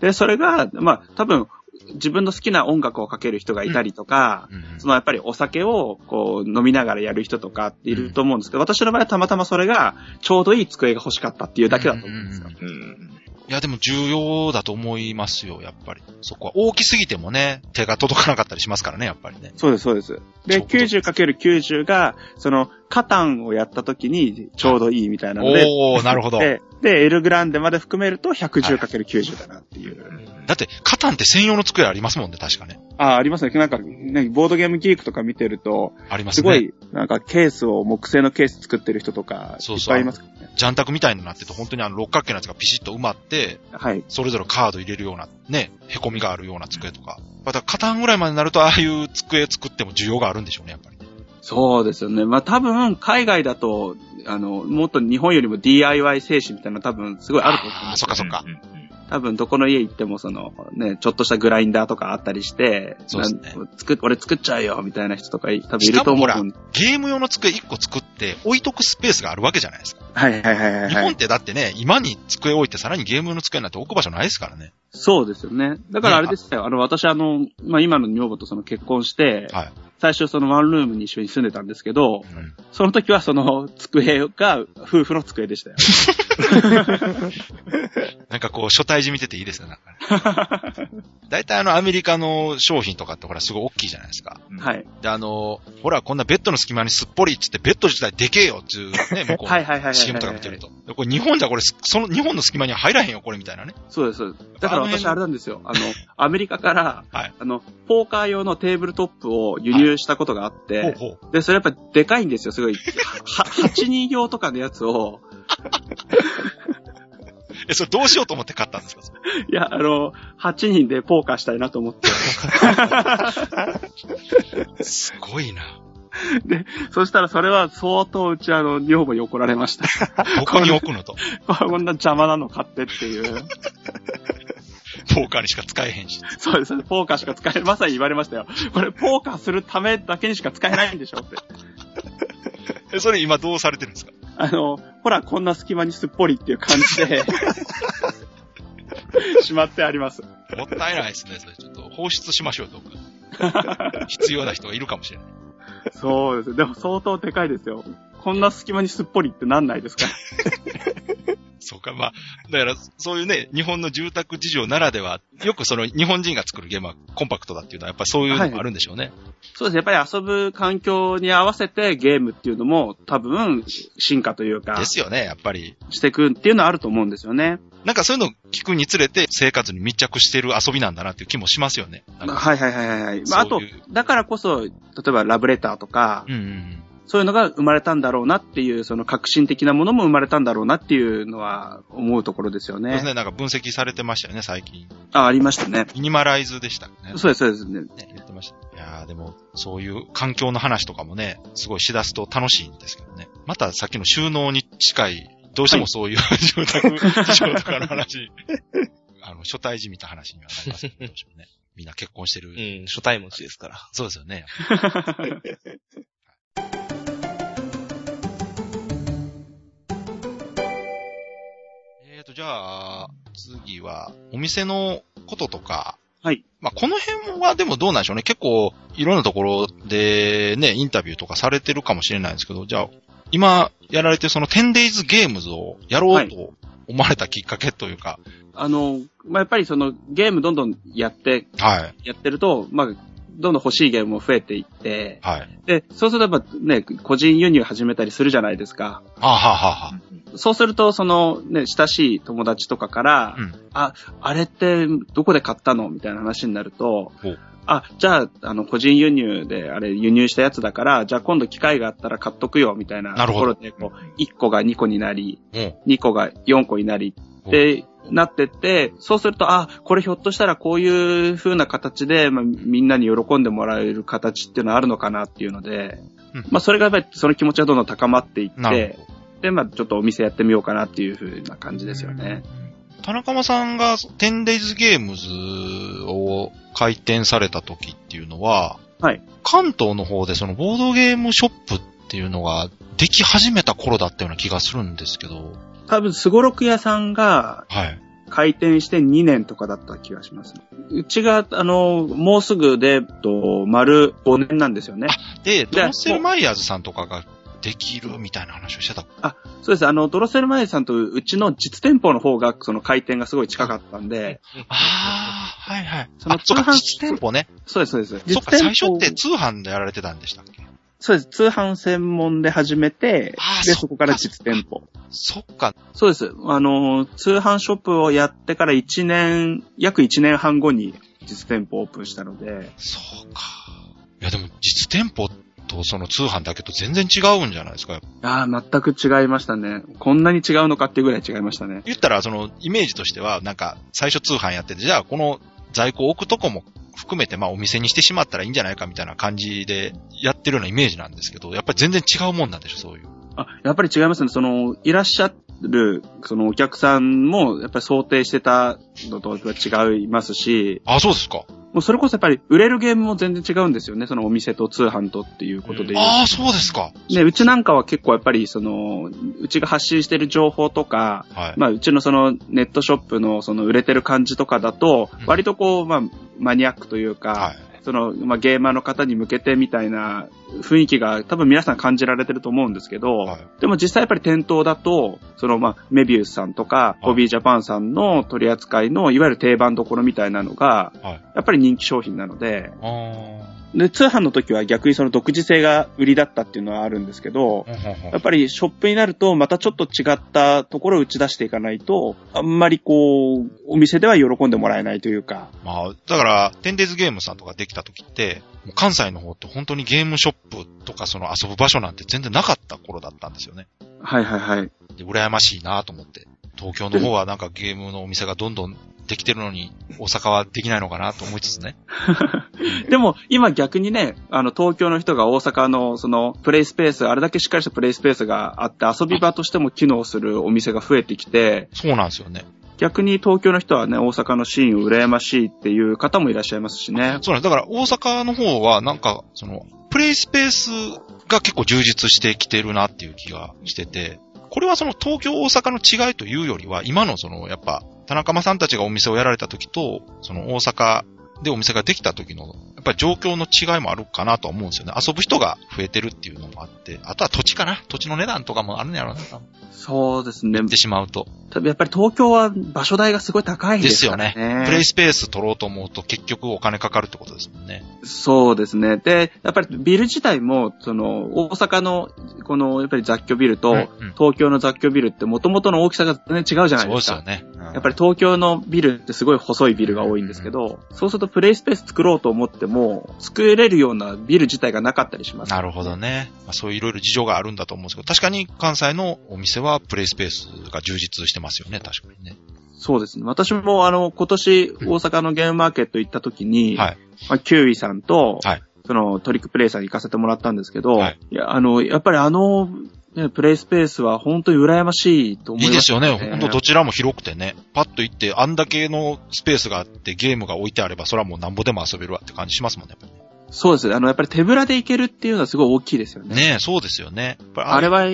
で、それが、まあ、多分、自分の好きな音楽をかける人がいたりとか、うんうんそのやっぱりお酒をこう飲みながらやる人とかっていると思うんですけど、私の場合はたまたまそれがちょうどいい机が欲しかったっていうだけだと思うんですよ。うんうんうんうん。いや、でも重要だと思いますよ、やっぱり。そこは。大きすぎてもね、手が届かなかったりしますからね、やっぱりね。そうです、そうです。ちで、ょうど 90×90 が、その、カタンをやった時にちょうどいいみたいなので、おー、なるほど。だで、で、エルグランデまで含めると 110×90 だなっていう。って、カタンって専用の机ありますもんね、確かね。ああ、ありますね。なんか、ねボードゲームギークとか見てると、ありますすごね。い、なんかケースを、木製のケース作ってる人とか、いそうっそうぱいいますからね。ジャンタクみたいになってて、本当にあの六角形のやつがピシッと埋まって、はい。それぞれカード入れるような、ね、凹みがあるような机とか。また、カタンぐらいまでになると、ああいう机作っても需要があるんでしょうね、やっぱりね。そうですよね。まあ多分、海外だと、あの、もっと日本よりも DIY 精神みたいなの多分すごいあると思うんあでー、すそよっかそっか。うん。多分どこの家行ってもその、ね、ちょっとしたグラインダーとかあったりして、そうですねなん作っ俺作っちゃうよみたいな人とかい多分いると思う。しかもゲーム用の机1個作って、置いとくスペースがあるわけじゃないですか。はいはいはいはい日は本っい。てだってね、今に机置いて、さらにゲーム用の机なんて置く場所ないですからね。そうですよね。だからあれですよ。あの、私あの、まあ、今の女房とその結婚して、はい最初そのワンルームに一緒に住んでたんですけど、うんその時はその机が夫婦の机でしたよ。なんかこう、初対時見てていいですね、なんか ね。大体あの、アメリカの商品とかってほら、すごい大きいじゃないですか。うんはい。で、あの、ほら、こんなベッドの隙間にすっぽりっつって、ベッド自体でけえよっていうね、向こはいうはいはのいはいはいはい。 CM とか見てると。でこれ日本じゃこれ、その、日本の隙間には入らへんよ、これみたいなね。そうです。そうですだから私あれなんですよ。あの、 アメリカから、はいあの、ポーカー用のテーブルトップを輸入したことがあって、ほうほう。で、それやっぱでかいんですよ、すごい。 は、8人用とかのやつを、 え、それどうしようと思って買ったんです かそれいや、あの、8人でポーカーしたいなと思って、 すごいな。そしたらそれは相当うちあの、女房に怒られました。 他に置くのと。こんな邪魔なの買ってっていう。 ポーカーにしか使えへんし。そうです。ポーカーしか使え、まさに言われましたよ。これ、ポーカーするためだけにしか使えないんでしょって。え、それ今どうされてるんですかあの、ほら、こんな隙間にすっぽりっていう感じ で、しまってあります。もったいないですね。それちょっと放出しましょう、どうか。 必要な人がいるかもしれない。そうです。でも相当でかいですよ。こんな隙間にすっぽりってなんないですかそうか、まあ、だから、そういうね、日本の住宅事情ならでは、よくその日本人が作るゲームはコンパクトだっていうのは、やっぱりそういうのもあるんでしょうね。そうです。やっぱり遊ぶ環境に合わせてゲームっていうのも多分進化というかで、すよね、やっぱり。していくっていうのはあると思うんですよね。なんかそういうのを聞くにつれて、生活に密着してる遊びなんだなっていう気もしますよね。なんかはいはいはいはいはい。まあ、あそうという、だからこそ、例えばラブレターとか、うんうんうん。そういうのが生まれたんだろうなっていう、その革新的なものも生まれたんだろうなっていうのは思うところですよそうですね。ね、なんか分析されてましたよね、最近。あ、ありましたね。ミニマライズでしたっけね。 そうです、そうで すね。ね言ってました。いやーでも、そういう環境の話とかもね、すごいしだすと楽しいんですけどね。またさっきの収納に近い、どうしてもそういう住宅事情とかの 話、あの、初対じみた話にはなりますけど、どうしようね。みんな結婚してる。うん、初対持ちですから。そうですよね。じゃあ、次は、お店のこととか、はい。まあ、この辺はでもどうなんでしょうね。結構、いろんなところでね、インタビューとかされてるかもしれないんですけど、じゃあ、今やられてるその 10days ゲームズをやろはういと思われたきっかけというか、あの、まあ、やっぱりそのゲームどんどんやって、はい、やってると、まあ、どんどん欲しいゲームも増えていって、はい。で、そうするとやっぱね、個人輸入始めたりするじゃないですか。あはあはあはあそうすると、そのね、親しい友達とかから、うんあ、あれってどこで買ったのみたいな話になるとお、あ、じゃあ、あの、個人輸入で、あれ輸入したやつだから、じゃあ今度機会があったら買っとくよ、みたいななとるこほろどで、こう、1個が2個になり、うん2個が4個になりおってなってって、そうすると、あ、これひょっとしたらこういう風な形で、まあ、みんなに喜んでもらえる形っていうのはあるのかなっていうので、うんまあそれがやっぱりその気持ちはどんどん高まっていっなるてほ、ど。で、まあちょっとお店やってみようかなっていう風な感じですよね。田中間さんが 10days ゲームズを開店された時っていうのは、はい関東の方でそのボードゲームショップっていうのができ始めた頃だったような気がするんですけど、多分、すごろく屋さんがはい。開店して2年とかだった気がします、うちが、あの、もうすぐで、えっと丸5年なんですよね。で、でドロッセルマイヤーズさんとかができるみたいな話をしてた。そうです。あの、ドロセルマイさんとうちの実店舗の方が、その開店がすごい近かったんで、ああ、はいはい。そのあ、そう通か、販実店舗ね。そうです、そうです。そっか、最実初店舗って通販でやられてたんでしたっけそうです。通販専門で始めてあ、ーそで、っかそこから実店舗。そっか、そうです。あの、通販ショップをやってから1年、約1年半後に実店舗オープンしたので、そうか。いやでも実店舗とその通販だけと全然違うんじゃないですか、ああ、全く違いましたね。こんなに違うのかっていうぐらい違いましたね。言ったら、その、イメージとしては、なんか、最初通販やってて、じゃあ、この在庫置くとこも含めて、まあ、お店にしてしまったらいいんじゃないか、みたいな感じで、やってるようなイメージなんですけど、やっぱり全然違うもんなんでしょ、そういう。あ、やっぱり違いますね。その、いらっしゃる、そのお客さんも、やっぱり想定してたのとは違いますし、あ、そうですか。もうそれこそやっぱり売れるゲームも全然違うんですよね。そのお店と通販とっていうことで言うとああ、そうですか。ね、うちなんかは結構やっぱりその、うちが発信してる情報とか、はい。まあうちのそのネットショップのその売れてる感じとかだとうん、割とこう、まあマニアックというか、はい。その、まあゲーマーの方に向けてみたいな雰囲気が多分皆さん感じられてると思うんですけど、はい。でも実際やっぱり店頭だと、そのまあメビウスさんとか、いホビージャパンさんの取り扱いのいわゆる定番どころみたいなのが、はいやっぱり人気商品なので、ああで、通販の時は逆にその独自性が売りだったっていうのはあるんですけど、ー。ほんほんほやんっぱりショップになると、またちょっと違ったところを打ち出していかないと、あんまりこう、お店では喜んでもらえないというか。まあ、だから、テンデイズゲームさんとかできた時って、もう関西の方って本当にゲームショップとかその遊ぶ場所なんて全然なかった頃だったんですよね。はいはいはい。で、羨ましいなと思って。東京の方はなんかゲームのお店がどんどんできてるのに、大阪はできないのかなと思いつつね。でも、今逆にね、あの、東京の人が大阪の、その、プレイスペース、あれだけしっかりしたプレイスペースがあって、遊び場としても機能するお店が増えてきて、そうなんですよね。逆に東京の人はね、大阪のシーンを羨ましいっていう方もいらっしゃいますしね。そうなんです。だから大阪の方はなんか、その、プレイスペースが結構充実してきてるなっていう気がしてて、これはその東京大阪の違いというよりは、今のその、やっぱ、田中間さんたちがお店をやられた時と、その大阪でお店ができた時の、やっぱり状況の違いもあるかなとは思うんですよね。遊ぶ人が増えてるっていうのもあって、あとは土地かな土地の値段とかもあるんやろうな。そうですねやっ。てしまうと。多分やっぱり東京は場所代がすごい高いんですからね。ですプレイスペース取ろうと思うと結局お金かかるってことですもんね。そうですね。で、やっぱりビル自体も、その、大阪の、この、やっぱり雑居ビルと、うんうん東京の雑居ビルって元々の大きさが全然違うじゃないそうでですすか。よね。やっぱり東京のビルってすごい細いビルが多いんですけど、そうするとプレイスペース作ろうと思っても、作れるようなビル自体がなかったりします。なるほどね。まあ、そういういろいろ事情があるんだと思うんですけど、確かに関西のお店はプレイスペースが充実してますよね、確かにね。そうですね。私も、あの、今年、大阪のゲームマーケット行った時に、はいまあ、キュウイさんと、はいそのトリックプレイさんに行かせてもらったんですけど、はいいや、あの、やっぱりあの、ね、プレイスペースは本当に羨ましいと思いいいます。ですよね。ね本当どちらも広くてね。パッと行って、あんだけのスペースがあってゲームが置いてあれば、それはもうなんぼでも遊べるわって感じしますもんね。そうですね。あの、やっぱり手ぶらで行けるっていうのはすごい大きいですよね。ねえ、そうですよね。やっぱりあれは、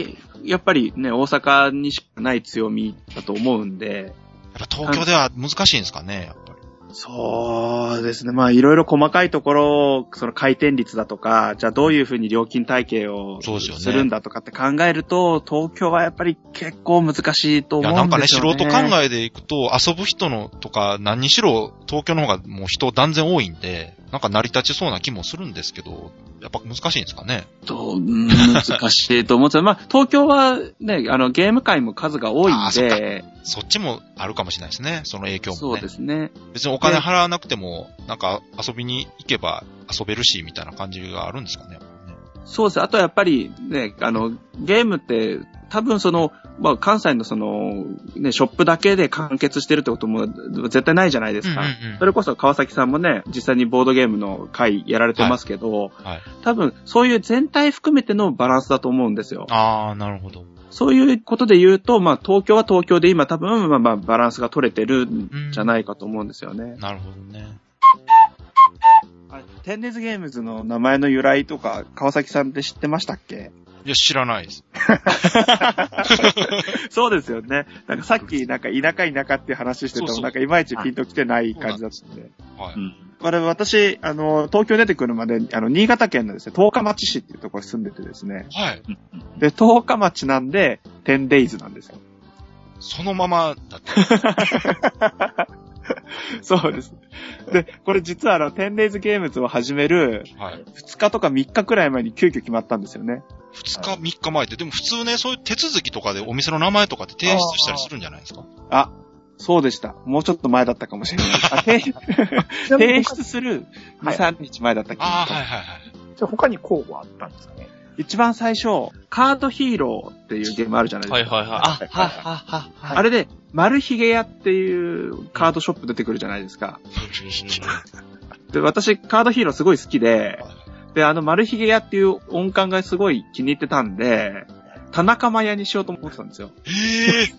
やっぱりね、大阪にしかない強みだと思うんで、やっぱ東京では難しいんですかね、やっぱり。そうですね。まあ、いろいろ細かいところ、その回転率だとか、じゃあどういうふうに料金体系をそうですよねするんだとかって考えると、東京はやっぱり結構難しいとい思や、うんですよね。なんかね、素人考えでいくと、遊ぶ人のとか、何にしろ、東京の方がもう人断然多いんで、なんか成り立ちそうな気もするんですけど、やっぱ難しいんですかね。と、うん難しいと思うんですよ。まあ、東京はね、あの、ゲーム界も数が多いあんそっかで、そっちもあるかもしれないですね、その影響もね。そうですね。別にお金払わなくても、なんか遊びに行けば遊べるし、みたいな感じがあるんですかね。そうです。あとやっぱりね、あの、ゲームって、多分その、まあ、関西のその、ね、ショップだけで完結してるってことも絶対ないじゃないですか。うんうんうんそれこそ川崎さんもね、実際にボードゲームの会やられてますけど、はい。多分そういう全体含めてのバランスだと思うんですよ。あー、なるほど。そういうことで言うと、まあ東京は東京で今多分、まあまあバランスが取れてるんじゃないかと思うんですよね。なるほどね。あれ天熱ゲームズの名前の由来とか、川崎さんって知ってましたっけいや、知らないです。 そうですよね。なんかさっき、なんか田舎田舎っていう話しててそも、うそうなんかいまいちピンときてない感じだったんで。はうい。ん。あれ、私、あの、東京出てくるまで、あの、新潟県のですね、十日町市っていうところに住んでてですね。はい。で、十日町なんで、テンデイズなんですよ。そのままだ って。そうです。で、これ実はあの、テンデイズゲームズを始める、はい。 2日とか3日くらい前に急遽決まったんですよね。 2日、3日前って、でも普通ね、そういう手続きとかでお店の名前とかって提出したりするんじゃないですかあ、そうでした。もうちょっと前だったかもしれない。あ提提出する2、はい3日前だった気あがあー、はいはいはい。じゃあ他に候補あったんですかね一番最初、カードヒーローっていうゲームあるじゃないではすいか。はいはい。あ、はははは。あれで、丸ひげ屋っていうカードショップ出てくるじゃないですか。で、私、カードヒーローすごい好きで、で、あの、丸ひげ屋っていう音感がすごい気に入ってたんで、田中間屋にしようと思ってたんですよ。え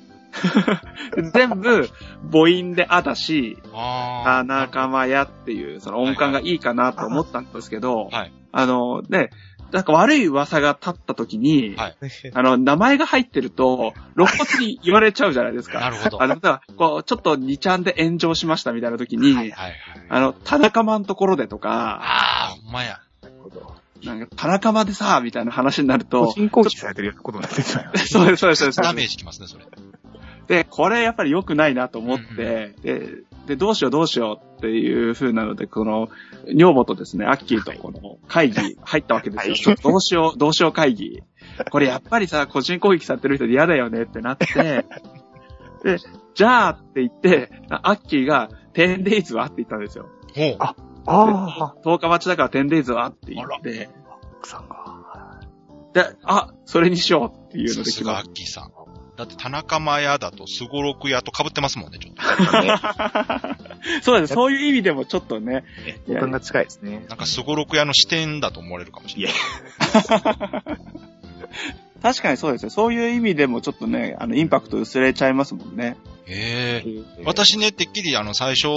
えで 全部、母音であだし、ー。あ田中間屋っていう、その音感がいいかなと思ったんですけど、はい。あの、ね、なんか悪い噂が立った時に、はい あの、名前が入ってると、露骨に言われちゃうじゃないですなか。るほど。はあいの、例えば、こう、ちょっと2ちゃんで炎上しましたみたいな時に、はい。あの、田中間のところでとか、ああ、ほんまや。なるほど。なんか、田中間でさ、みたいな話になる個と、人攻撃されてるようなことになってたよねそうです、そうです、そうです。ダメージきますね、それ。で、これやっぱり良くないなと思うっんて、で、で、どうしようどうしようっていう風なので、この、女房とですね、アッキーとこの会議入ったわけ ですよ。はいどうしよう、どうしよう会議。これやっぱりさ、個人攻撃されてる人で嫌だよねってなって、で、じゃあって言って、アッキーが、10 days はって言ったんですよ。ほう。ああ10日待ちだから10 days はって言って、あ、奥さんが。で、あ、それにしようっていうのさで決すまがっアッキーさん。だって、田中間屋だと、すごろく屋と被ってますもんね、ちょっと。 そうです。そういう意味でもちょっとね、いや時間が近いですね。なんか、すごろく屋の視点だと思われるかもしれない。確かにそうですよ。そういう意味でもちょっとね、あの、インパクト薄れちゃいますもんね。えええー私ね、てっきりあの、最初、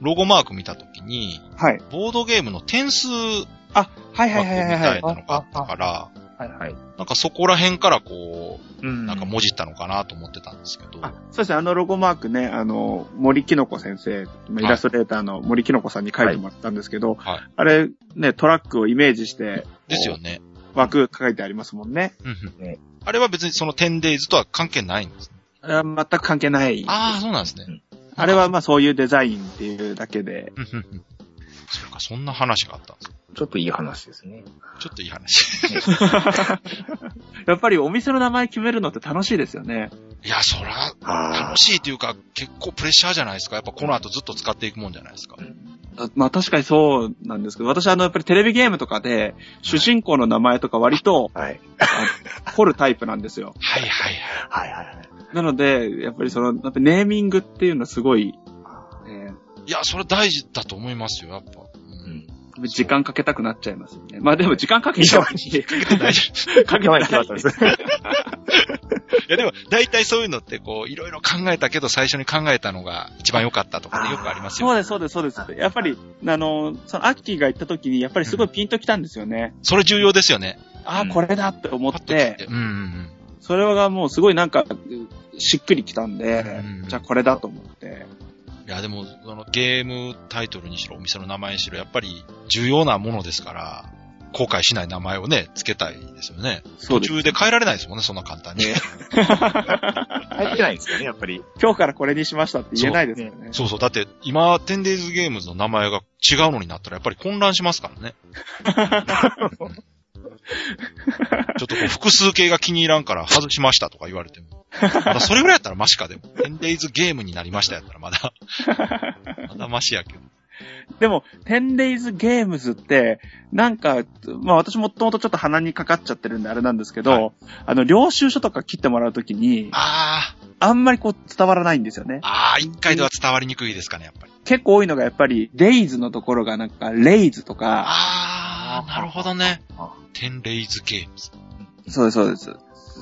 ロゴマーク見たときに、はい。ボードゲームの点数あ、はいは箱いみはいはたい、はいい。なのがあったから、はいはい。なんかそこら辺からこうんう、なんかもじったのかなと思ってたんですけど、あ、そうですね。あのロゴマークね、あの、森きのこ先生、イラストレーターの森きのこさんに書いてもらったんですけど、はいあれ、ね、トラックをイメージして、ですよね。枠書いてありますもんね。うんうんねあれは別にその 10days とは関係ないんですね。あれは全く関係ない。あああ、そうなんですね。れはまあそういうデザインっていうだけで。うんうんうんそうか、そんな話があったんですちょっといい話ですね。ちょっといい話。やっぱりお店の名前決めるのって楽しいですよね。いや、そら、あ楽しいというか、結構プレッシャーじゃないですか。やっぱこの後ずっと使っていくもんじゃないですか。あまあ確かにそうなんですけど、私あのやっぱりテレビゲームとかで、主人公の名前とか割とあ。はい。 あの掘るタイプなんですよ。はいはいはい。はいはいはい。なので、やっぱりその、やっぱネーミングっていうのはすごい、えいや、それ大事だと思いますよ、やっぱ。うん。ー時間かけたくなっちゃいますよね。まあでも時間かけちゃうし、大事。 かけ名前決またったんいです。やでも、大体そういうのってこう、いろいろ考えたけど最初に考えたのが一番良かったとかね、よくあります そうよ。です、そうです、そうです。やっぱり、あの、そのアッキーが行った時に、やっぱりすごいピンときたんですよね。それ重要ですよね。ああ、これだって思っパッと聞いてて。、うんうんそれがもうすごいなんか、しっくりきたんでうん、じゃあこれだと思って。うん。いや、でも、そのゲームタイトルにしろ、お店の名前にしろ、やっぱり重要なものですから、後悔しない名前をね、付けたいですよね。途そうです。中で変えられないですもんね、そんな簡単に。入ってないんですよね、やっぱり。今日からこれにしましたって言えないですよね。そうそう。だって、今、テンデイズゲームズの名前が違うのになったら、やっぱり混乱しますからね。うんちょっとこう、複数形が気に入らんから外しましたとか言われても。まだそれぐらいやったらマシかでも。テンデイズゲームになりましたやったらまだ。まだマシやけど。でも、10days games って、なんか、まあ私もともとちょっと鼻にかかっちゃってるんであれなんですけど、はあの、領収書とか切ってもらうときに、あー、あんまりこう伝わらないんですよね。あー、一回では伝わりにくいですかね、やっぱり。結構多いのがやっぱり、days のところがなんか、raise とか、あー、なるほどね。テンデイズゲームズ。そうです、そうです。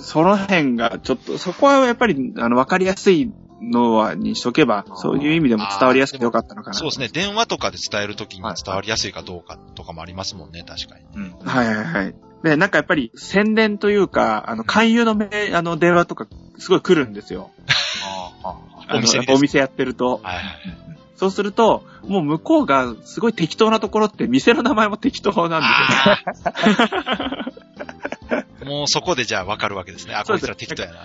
その辺が、ちょっと、そこはやっぱり、あの、わかりやすいのは、にしとけば、そういう意味でも伝わりやすくてよかったのかな。そうですね。電話とかで伝えるときに伝わりやすいかどうかとかもありますもんね、確かに。うん。はいはいはい。で、なんかやっぱり宣伝というか、あの、勧誘のめ、あの、電話とか、すごい来るんですよ。ああ、ああのお店やにっぱお店やってると。はいはい。そうすると、もう向こうがすごい適当なところって、店の名前も適当なんですよ。あーもうそこでじゃあ分かるわけですね。あ、そこういでつすら適当やな。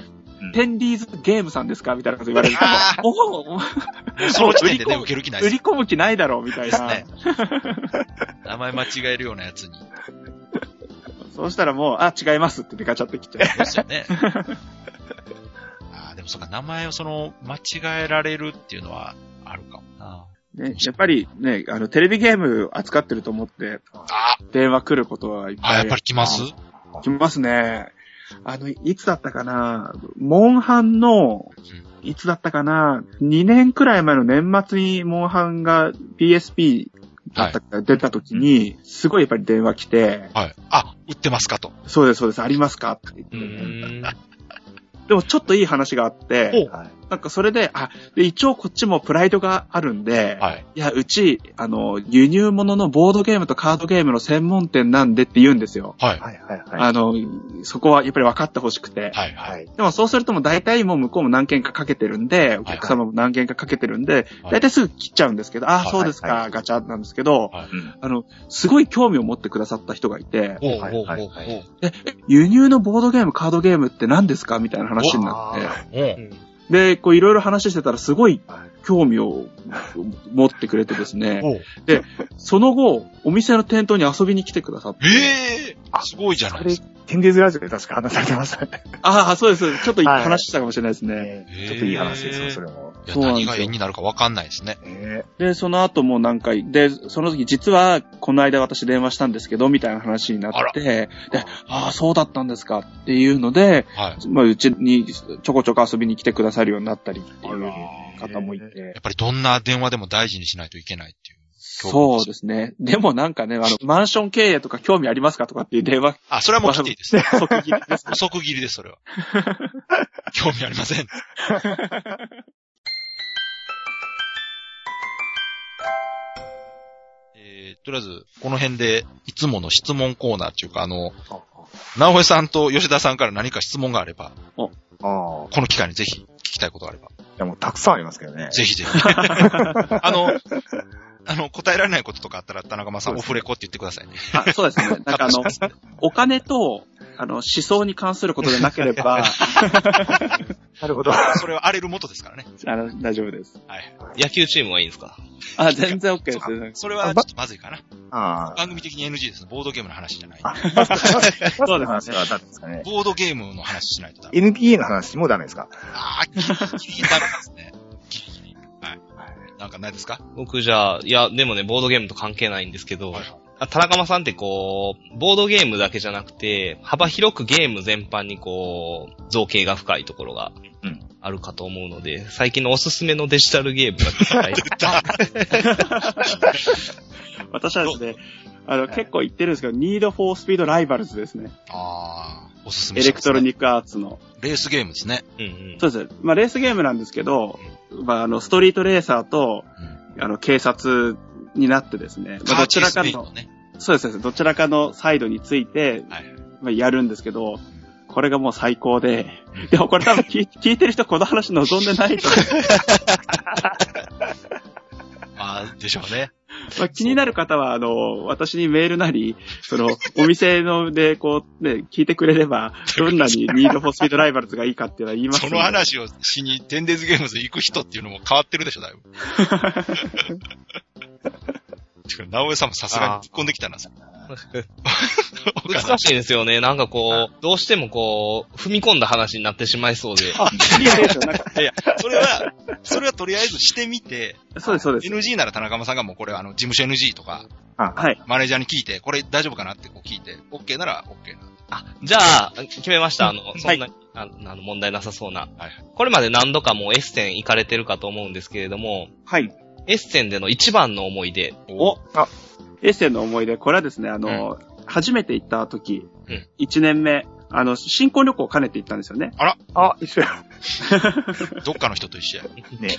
テンディーズゲームさんですかみたいなこと言わ れるとあー、おおおもうその時点でね、もう受ける気ない売ですり込む気ないだろうみたいな。ね。名前間違えるようなやつに。そうしたらもう、あ、違いますってガチャってき ちゃう。ですよね。あーでもそっか、名前をその、間違えられるっていうのはあるかもな。ね、やっぱりね、あの、テレビゲーム扱ってると思って、あ電話来ることはいっぱい。あ、やっぱり来ます来ますね。あの、いつだったかなモンハンの、いつだったかな ?2 年くらい前の年末にモンハンが PSP だったか出た時に、すごいやっぱり電話来て、はい。あ、売ってますかと。そうです、そうです、ありますかって言っうて、ーん。でもちょっといい話があって、はい。なんかそれで、あ、で一応こっちもプライドがあるんで、はい。いや、うち、あの、輸入物のボードゲームとカードゲームの専門店なんでって言うんですよ。はい。はい、はい、はあい。の、そこはやっぱり分かってほしくて。はい。は。はいい。でもそうするともう大体もう向こうも何件かかけてるんで、お客様も何件かかけてるんで、はい大体すぐ切っちゃうんですけど、ああ、はいそうですはいかは、いガチャなんですけど、はいうんあの、すごい興味を持ってくださった人がいて、おうはいおうおうはいおうは輸入のボードゲーム、カードゲームって何ですかみたいな話になあっおううんて、で、こういろいろ話してたらすごいはい興味を持ってくれてですね、おうその後、お店の店頭に遊びに来てくださって、ええあすごいじゃなそいでれすか。、テンディーズラジオで確か話されてましたね。ああ、そうです、そうですちょっとはい話したかもしれないですね。ねへーちょっといい話ですよ、それも。いや、そうなんで何すよが縁になるか分かんないですね。ねで、その後もう何回、で、その時実は、この間私電話したんですけど、みたいな話になって、で、ああ、そうだったんですかっていうので、はい。まあ、うちにちょこちょこ遊びに来てくださるようになったりっていう方もいやて。っぱりどんな電話でも大事にしないといけないっていう。そうですね。でもなんかね、あの、マンション経営とか興味ありますかとかっていう電話、あ、それはもう来ていい です。即切りです。即切りです、それは。興味ありません。えーとりあえず、この辺で、いつもの質問コーナーっていうか、あの、あ直江さんと吉田さんから何か質問があれば、ああ。この機会にぜひ聞きたいことがあれば、いや、もうたくさんありますけどね。ぜひぜ ひ。あの、あの、答えられないこととかあったら、田中間さそうん、オですねフレコって言ってくださいね。あそうですね。なん かあの、お金と、あの、思想に関することでなけ れば、なるほど。それは荒れる元ですからね。あの、大丈夫です。はい。野球チームはいいんですかあ、全然 OK でそうかす。それはちょっとまずいかな。ああ。番組的に NG です。ボードゲームの話じゃない。そうです話は誰ですかね。ボードゲームの話しないとダメ。 NPA の話もダメですかああ、ギリギリダメですね。ギリギリ。はい。なんかないですか僕じゃあ、いや、でもね、ボードゲームと関係ないんですけどはい、あ田中間さんってこう、ボードゲームだけじゃなくて、幅広くゲーム全般にこう、造形が深いところがうん、あるかと思うので、最近のおすすめのデジタルゲームが聞きた い私はですね、あの、結構言ってるんですけど、Need for Speed Rivals ですね。ああ。おすすめエしレまクす、トロね。ニックアーツの。レースゲームですね。うんうん。そうです。まあ、レースゲームなんですけど、まあ、あの、ストリートレーサーと、あの、警察になってですね、まあ、カーどチちェらスかペインのの、ね。そうです、そうですどちらかのサイドについて、はいはい。まあ、やるんですけど、これがもう最高で、でもこれ多分聞 い聞いてる人この話望んでないと思う、ああ、でしょうね。まあ、気になる方は、あの、私にメールなり、その、お店ので、こう、ね、聞いてくれれば、どん なにニードフォースピードライバルズがいいかっていうのは言いますそんので話をしに、テンデズゲームズ行く人っていうのも変わってるでしょ、だいぶ。 てか、直江さんもさすがに突っ込んできたな。 難しいですよね。なんかこう、どうしてもこう、踏み込んだ話になってしまいそうで。あ、いやいやいやなんかいや、それは、それはとりあえずしてみて、そうです、そ うです。 NG なら田中さんがもうこれ、あの、事務所 NG とか、はい。マネージャーに聞いて、これ大丈夫かなってこう聞いて、OK なら OK な。あ、じゃあ、決めました。あの、いそんなに、あのあの、問題なさそうな。はいこれまで何度かもうエッセン行かれてるかと思うんですけれども、はい。エッセンでの一番の思い出。おエッセンの思い出、これはですね、あの、初めて行った時うん、 1年目、あの、新婚旅行を兼ねて行ったんですよね。あ、一緒や。どっかの人と一緒や。ね。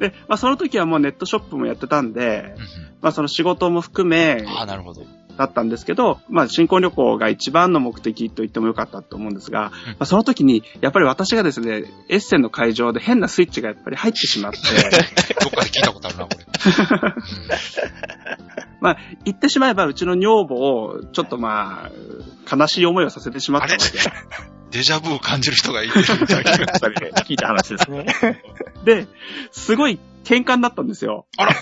で、まあその時はもうネットショップもやってたんでう、んまあその仕事も含うめんああ、なるほど。うんだったんですけど、まあ新婚旅行が一番の目的と言ってもよかったと思うんですが、まあその時に、やっぱり私がですね、エッセンの会場で変なスイッチがやっぱり入ってしま って、どっかで聞いたことあるな、これ。言ってしまえばうちの女房をちょっとまあ、悲しい思いをさせてしまったわけで。うんデジャブを感じる人がいる。二人で聞いた話ですね。で、すごい喧嘩になったんですよ。あら、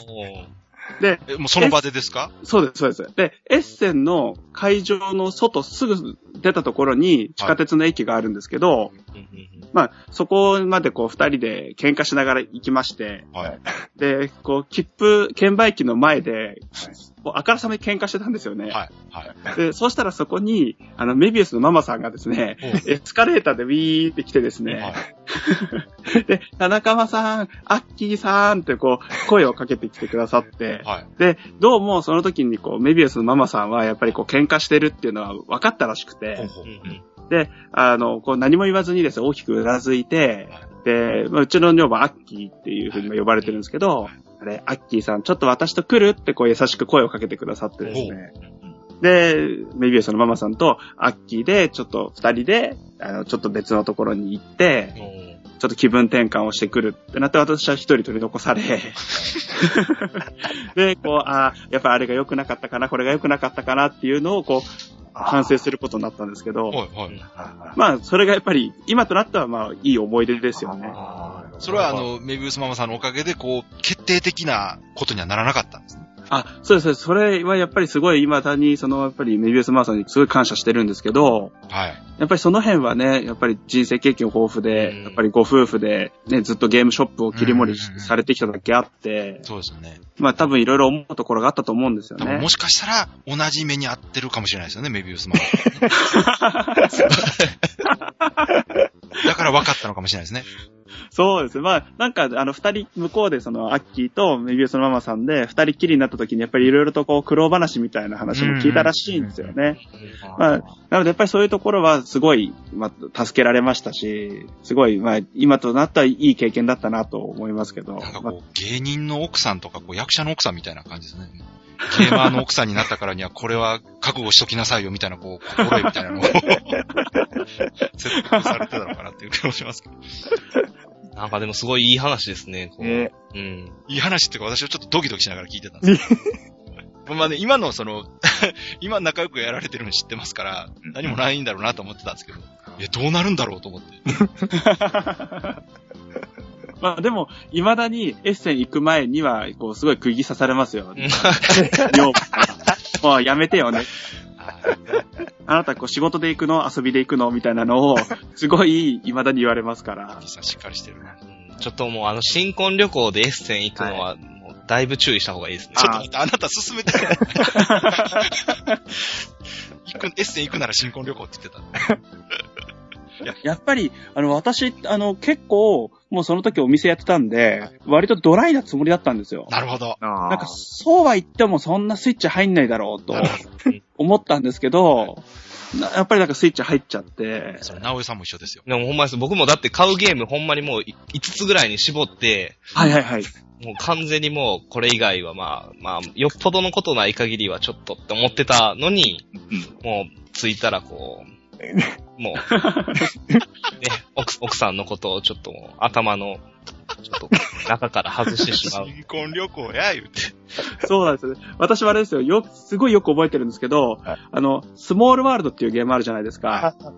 で、えもうその場でですかそうです、そうです。で、エッセンの会場の外すぐ出たところに地下鉄の駅があるんですけど、うんうんまあ、そこまでこう二人で喧嘩しながら行きまして、はい。で、こう、切符、券売機の前で、もうあからさまに喧嘩してたんですよね。はい。はい。で、そうしたらそこに、あの、メビウスのママさんがですね、エスカレーターでウィーって来てですね、はいで、田中間さん、アッキーさんってこう、声をかけてきてくださって、はい。で、どうもその時にこう、メビウスのママさんはやっぱりこう、喧嘩してるっていうのは分かったらしくほうて、ほううんうんあの、こう、何も言わずにですね、大きくうなずいては、で、まあうちの女房アッキーっていうふうにも呼ばれてるんですけどは、あれ、アッキーさん、ちょっと私と来るってこう、優しく声をかけてくださってですね、で、メビウスのママさんとアッキーで、ちょっと二人で、あの、ちょっと別のところに行って、ちょっと気分転換をしてくるってなって、私は一人取り残され。で、こう、ああ、やっぱあれが良くなかったかな、これが良くなかったかなっていうのを、こう、反省することになったんですけど、はい。はい。あまあ、それがやっぱり、今となっては、まあ、いい思い出ですよね。あそれはあ、の、メビウスママさんのおかげで、こう、決定的なことにはならなかったんですね。あ、そうです、そうですそれはやっぱりすごい、未だに、その、やっぱり、メビウスマーさんにすごい感謝してるんですけど、はい。やっぱりその辺はね、やっぱり人生経験豊富うんで、やっぱりご夫婦で、ね、ずっとゲームショップを切り盛りうんうんうんされてきただけあって、そうですよね。まあ多分いろいろ思うところがあったと思うんですよ多分ねも。しかしたら、同じ目に合ってるかもしれないですよね、メビウスママさん。だから分かったのかもしれないですね。そうです。まあ、なんか、あの、二人、向こうで、その、アッキーとメビウスのママさんで、二人きりになった時に、やっぱりいろいろとこう、苦労話みたいな話も聞いたらしいんですよね。まあ、なので、やっぱりそういうところは、すごい、まあ、助けられましたし、すごい、まあ、今となったらいい経験だったなと思いますけど、なんかまあこう、芸人の奥さんとか、こう、役者の奥さんみたいな感じですね。ゲーマーの奥さんになったからには、これは覚悟しときなさいよ、みたいな、こう、心得みたい なのを、説得されてたのかなっていう気もします けど。なんかでもすごいいい話ですね。こうねうん。いい話っていうか、私はちょっとドキドキしながら聞いてたんです けど。まあね、今のその、 今仲良くやられてるの知ってますから、何もないんだろうなと思ってたんですけど、いや、どうなるんだろうと思って。 まあ、でも、未だに、エッセン行く前には、こう、すごい釘刺されます よ。女房からもうやめてよね。あなた、こう、仕事で行くの遊びで行くのみたいなのを、すごい、未だに言われますから。さんしっかりしてるな。ちょっともうあの、新婚旅行でエッセン行くのは、もうだいぶ注意した方がいいですね。ちょっと待って、あなた進めてる。行く、エッセン行くなら新婚旅行って言ってた。やっぱり、あの、私、あの、結構、もうその時お店やってたんで、割とドライなつもりだったんですよ。なるほど。あなんか、そうは言ってもそんなスイッチ入んないだろうとなる思ったんですけど、なやっぱりなんかスイッチ入っちゃって、それ、直江さんも一緒ですよ。でもほんまです。僕もだって買うゲームほんまにもうい5つぐらいに絞って、はいはいはい。もう完全にもうこれ以外はまあ、まあ、よっぽどのことない限りはちょっとって思ってたのに、もう着いたらこう、 もう、ね、奥奥さんのことをちょっともう頭の、ちょっと中から外してしま う。新婚旅行や、言うて。そうなんですよね。私はあれですよ。よ、すごいよく覚えてるんですけど、はいあの、スモールワールドっていうゲームあるじゃないですか。あ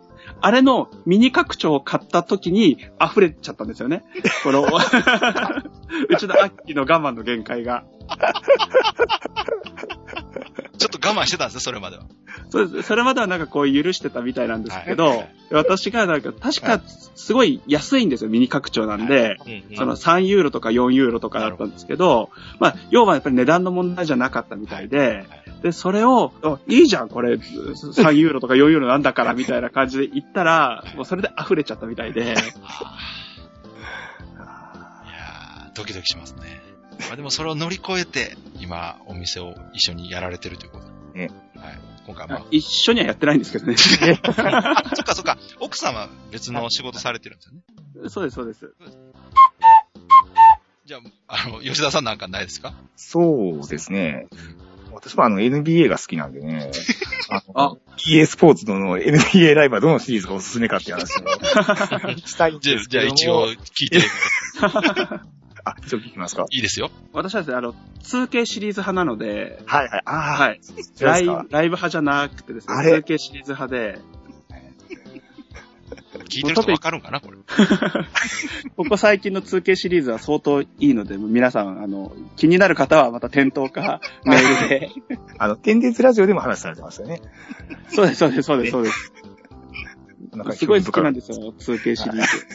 あれのミニ拡張を買った時に溢れちゃったんですよね。こ の、うちのアッキーの我慢の限界が。ちょっと我慢してたんですね、それまでは。そうです。それまではなんかこう許してたみたいなんですけど、はい私がなんか確かすごい安いんですよ、ミニ拡張なんで。うんうんその3ユーロとか4ユーロとかだったんですけど、まあ、要はやっぱり値段の問題じゃなかったみたいで、で、それを、あいいじゃん、これ、3ユーロとか4ユーロなんだから、みたいな感じで言ったら、もうそれで溢れちゃったみたい で、いやー、ドキドキしますね。まあでもそれを乗り越えて、今、お店を一緒にやられてるということで。ねはい。今回、まあ、一緒にはやってないんですけど ね。そっかそっか、奥さんは別の仕事されてるんですよね。そうです、そうです。じゃあ、あの、吉田さんなんかないですかそうですね。私もあの NBA が好きなんで ね。ああの EA スポーツの NBA ライブはどのシリーズがおすすめかっていう話をしたいんじゃであす、けじゃあども。一応聞いて、 あ、一応聞きますか。いいですよ。私はですね、あの、2K シリーズ派なので、はいはい。ああ、。はいい。そうでライすブかライブ派じゃなくてですね、あれ 2K シリーズ派で、聞いてる人わかるんかな、これ。ここ最近の 2K シリーズは相当いいので、もう皆さん、あの、気になる方はまた店頭 かメールで。あの、天絶ラジオでも話されてましたよね。そうです、そうです、そうです、そうです。なんかすごい好きなんで。ですよ、2K シリーズ。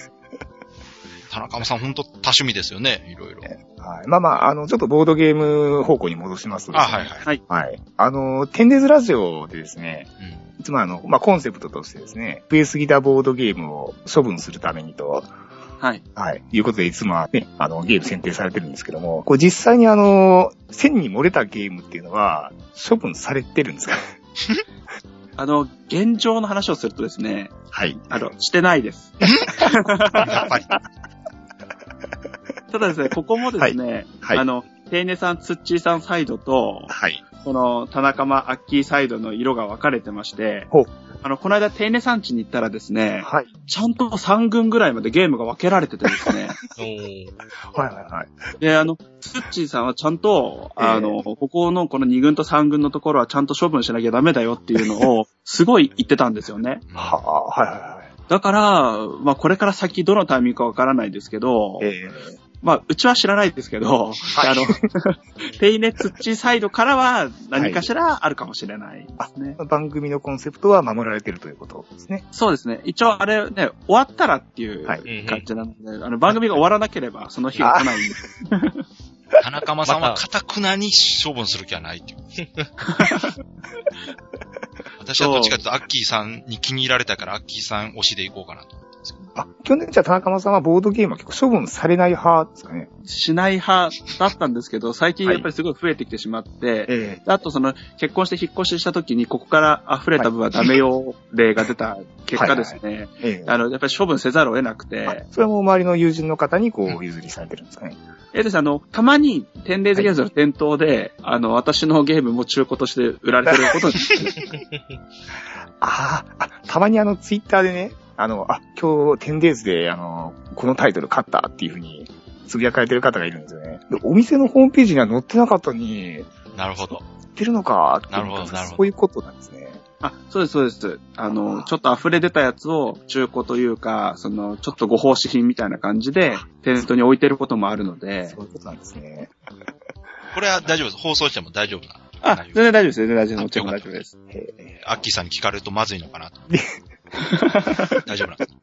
田中さん、ほんと多趣味ですよね、いろいろ。はい。まあまあ、あの、ちょっとボードゲーム方向に戻しますとですあ、ねはいはい。はい。あの、天絶ラジオでですね、うん。いつもあの、まあ、コンセプトとしてですね、増えすぎたボードゲームを処分するためにと、はい。はい。いうことで、いつもはね、あの、ゲーム選定されてるんですけども、こう実際にあの、線に漏れたゲームっていうのは、処分されてるんですかあの、現状の話をするとですね、 はい。あの、してないです。やっぱり。ただ ですね、ここもですね、はい。あの、テイネさん、ツッチーさんサイドと、はい。この、田中間、アッキーサイドの色が分かれてましてほう、あの、この間、テイネさん家に行ったらですね、はい。ちゃんと3軍ぐらいまでゲームが分けられててです ね、おーはい。はい。はい。で、あの、ツッチーさんはちゃんと、ええあの、ここのこの2軍と3軍のところはちゃんと処分しなきゃダメだよっていうのを、すごい言ってたんですよね。はあ、はいはいはい。だから、まあこれから先どのタイミングかわからないですけど、えまあうちは知らないですけど、あ の、手イネツッチサイドからは何かしらあるかもしれないですね。ー番組のコンセプトは守られてるということですね。そうですね。一応あれね、終わったらっていうはいうんうん感じなので、あの番組が終わらなければその日が来ないんで。田中間さんは、かたくなに処分する気はないっていう。 私はどっちかというと、アッキーさんに気に入られたから、アッキーさん推しでいこうかなと。あ、去年じゃあ田中間さんはボードゲームは結構処分されない派ですかね。しない派だったんですけど、最近やっぱりすごい増えてきてしまって、ええあとその結婚して引っ越しした時にここから溢れた分はダメよ例が出た結果ですね、ええあの、やっぱり処分せざるを得なくて、あそれはもう周りの友人の方にこう譲りされてるんですかね。えですねあの、たまに、天霊ズゲームズの店頭で、あの、私のゲームも中古として売られてる ことに、あーあ、たまにあのツイッターでね、あの、あ、今日 10days であの、このタイトル勝ったっていうふうにつぶやかれてる方がいるんですよね。でお店のホームページには載ってなかったのに、売なるほど。ってるのかってなるほどなるほそどういうことなんですね。あ、そうです、そうです。あの、ちょっと溢れ出たやつを中古というか、その、ちょっとご奉仕品みたいな感じで、店頭に置いてることもあるのでそ、ういうことなんですね。これは大丈夫です。放送しても大丈夫な。あ、全然大丈夫です、全然大丈夫です。もちろん大丈夫です。へえアッキーさんに聞かれるとまずいのかな と。大丈夫なんです。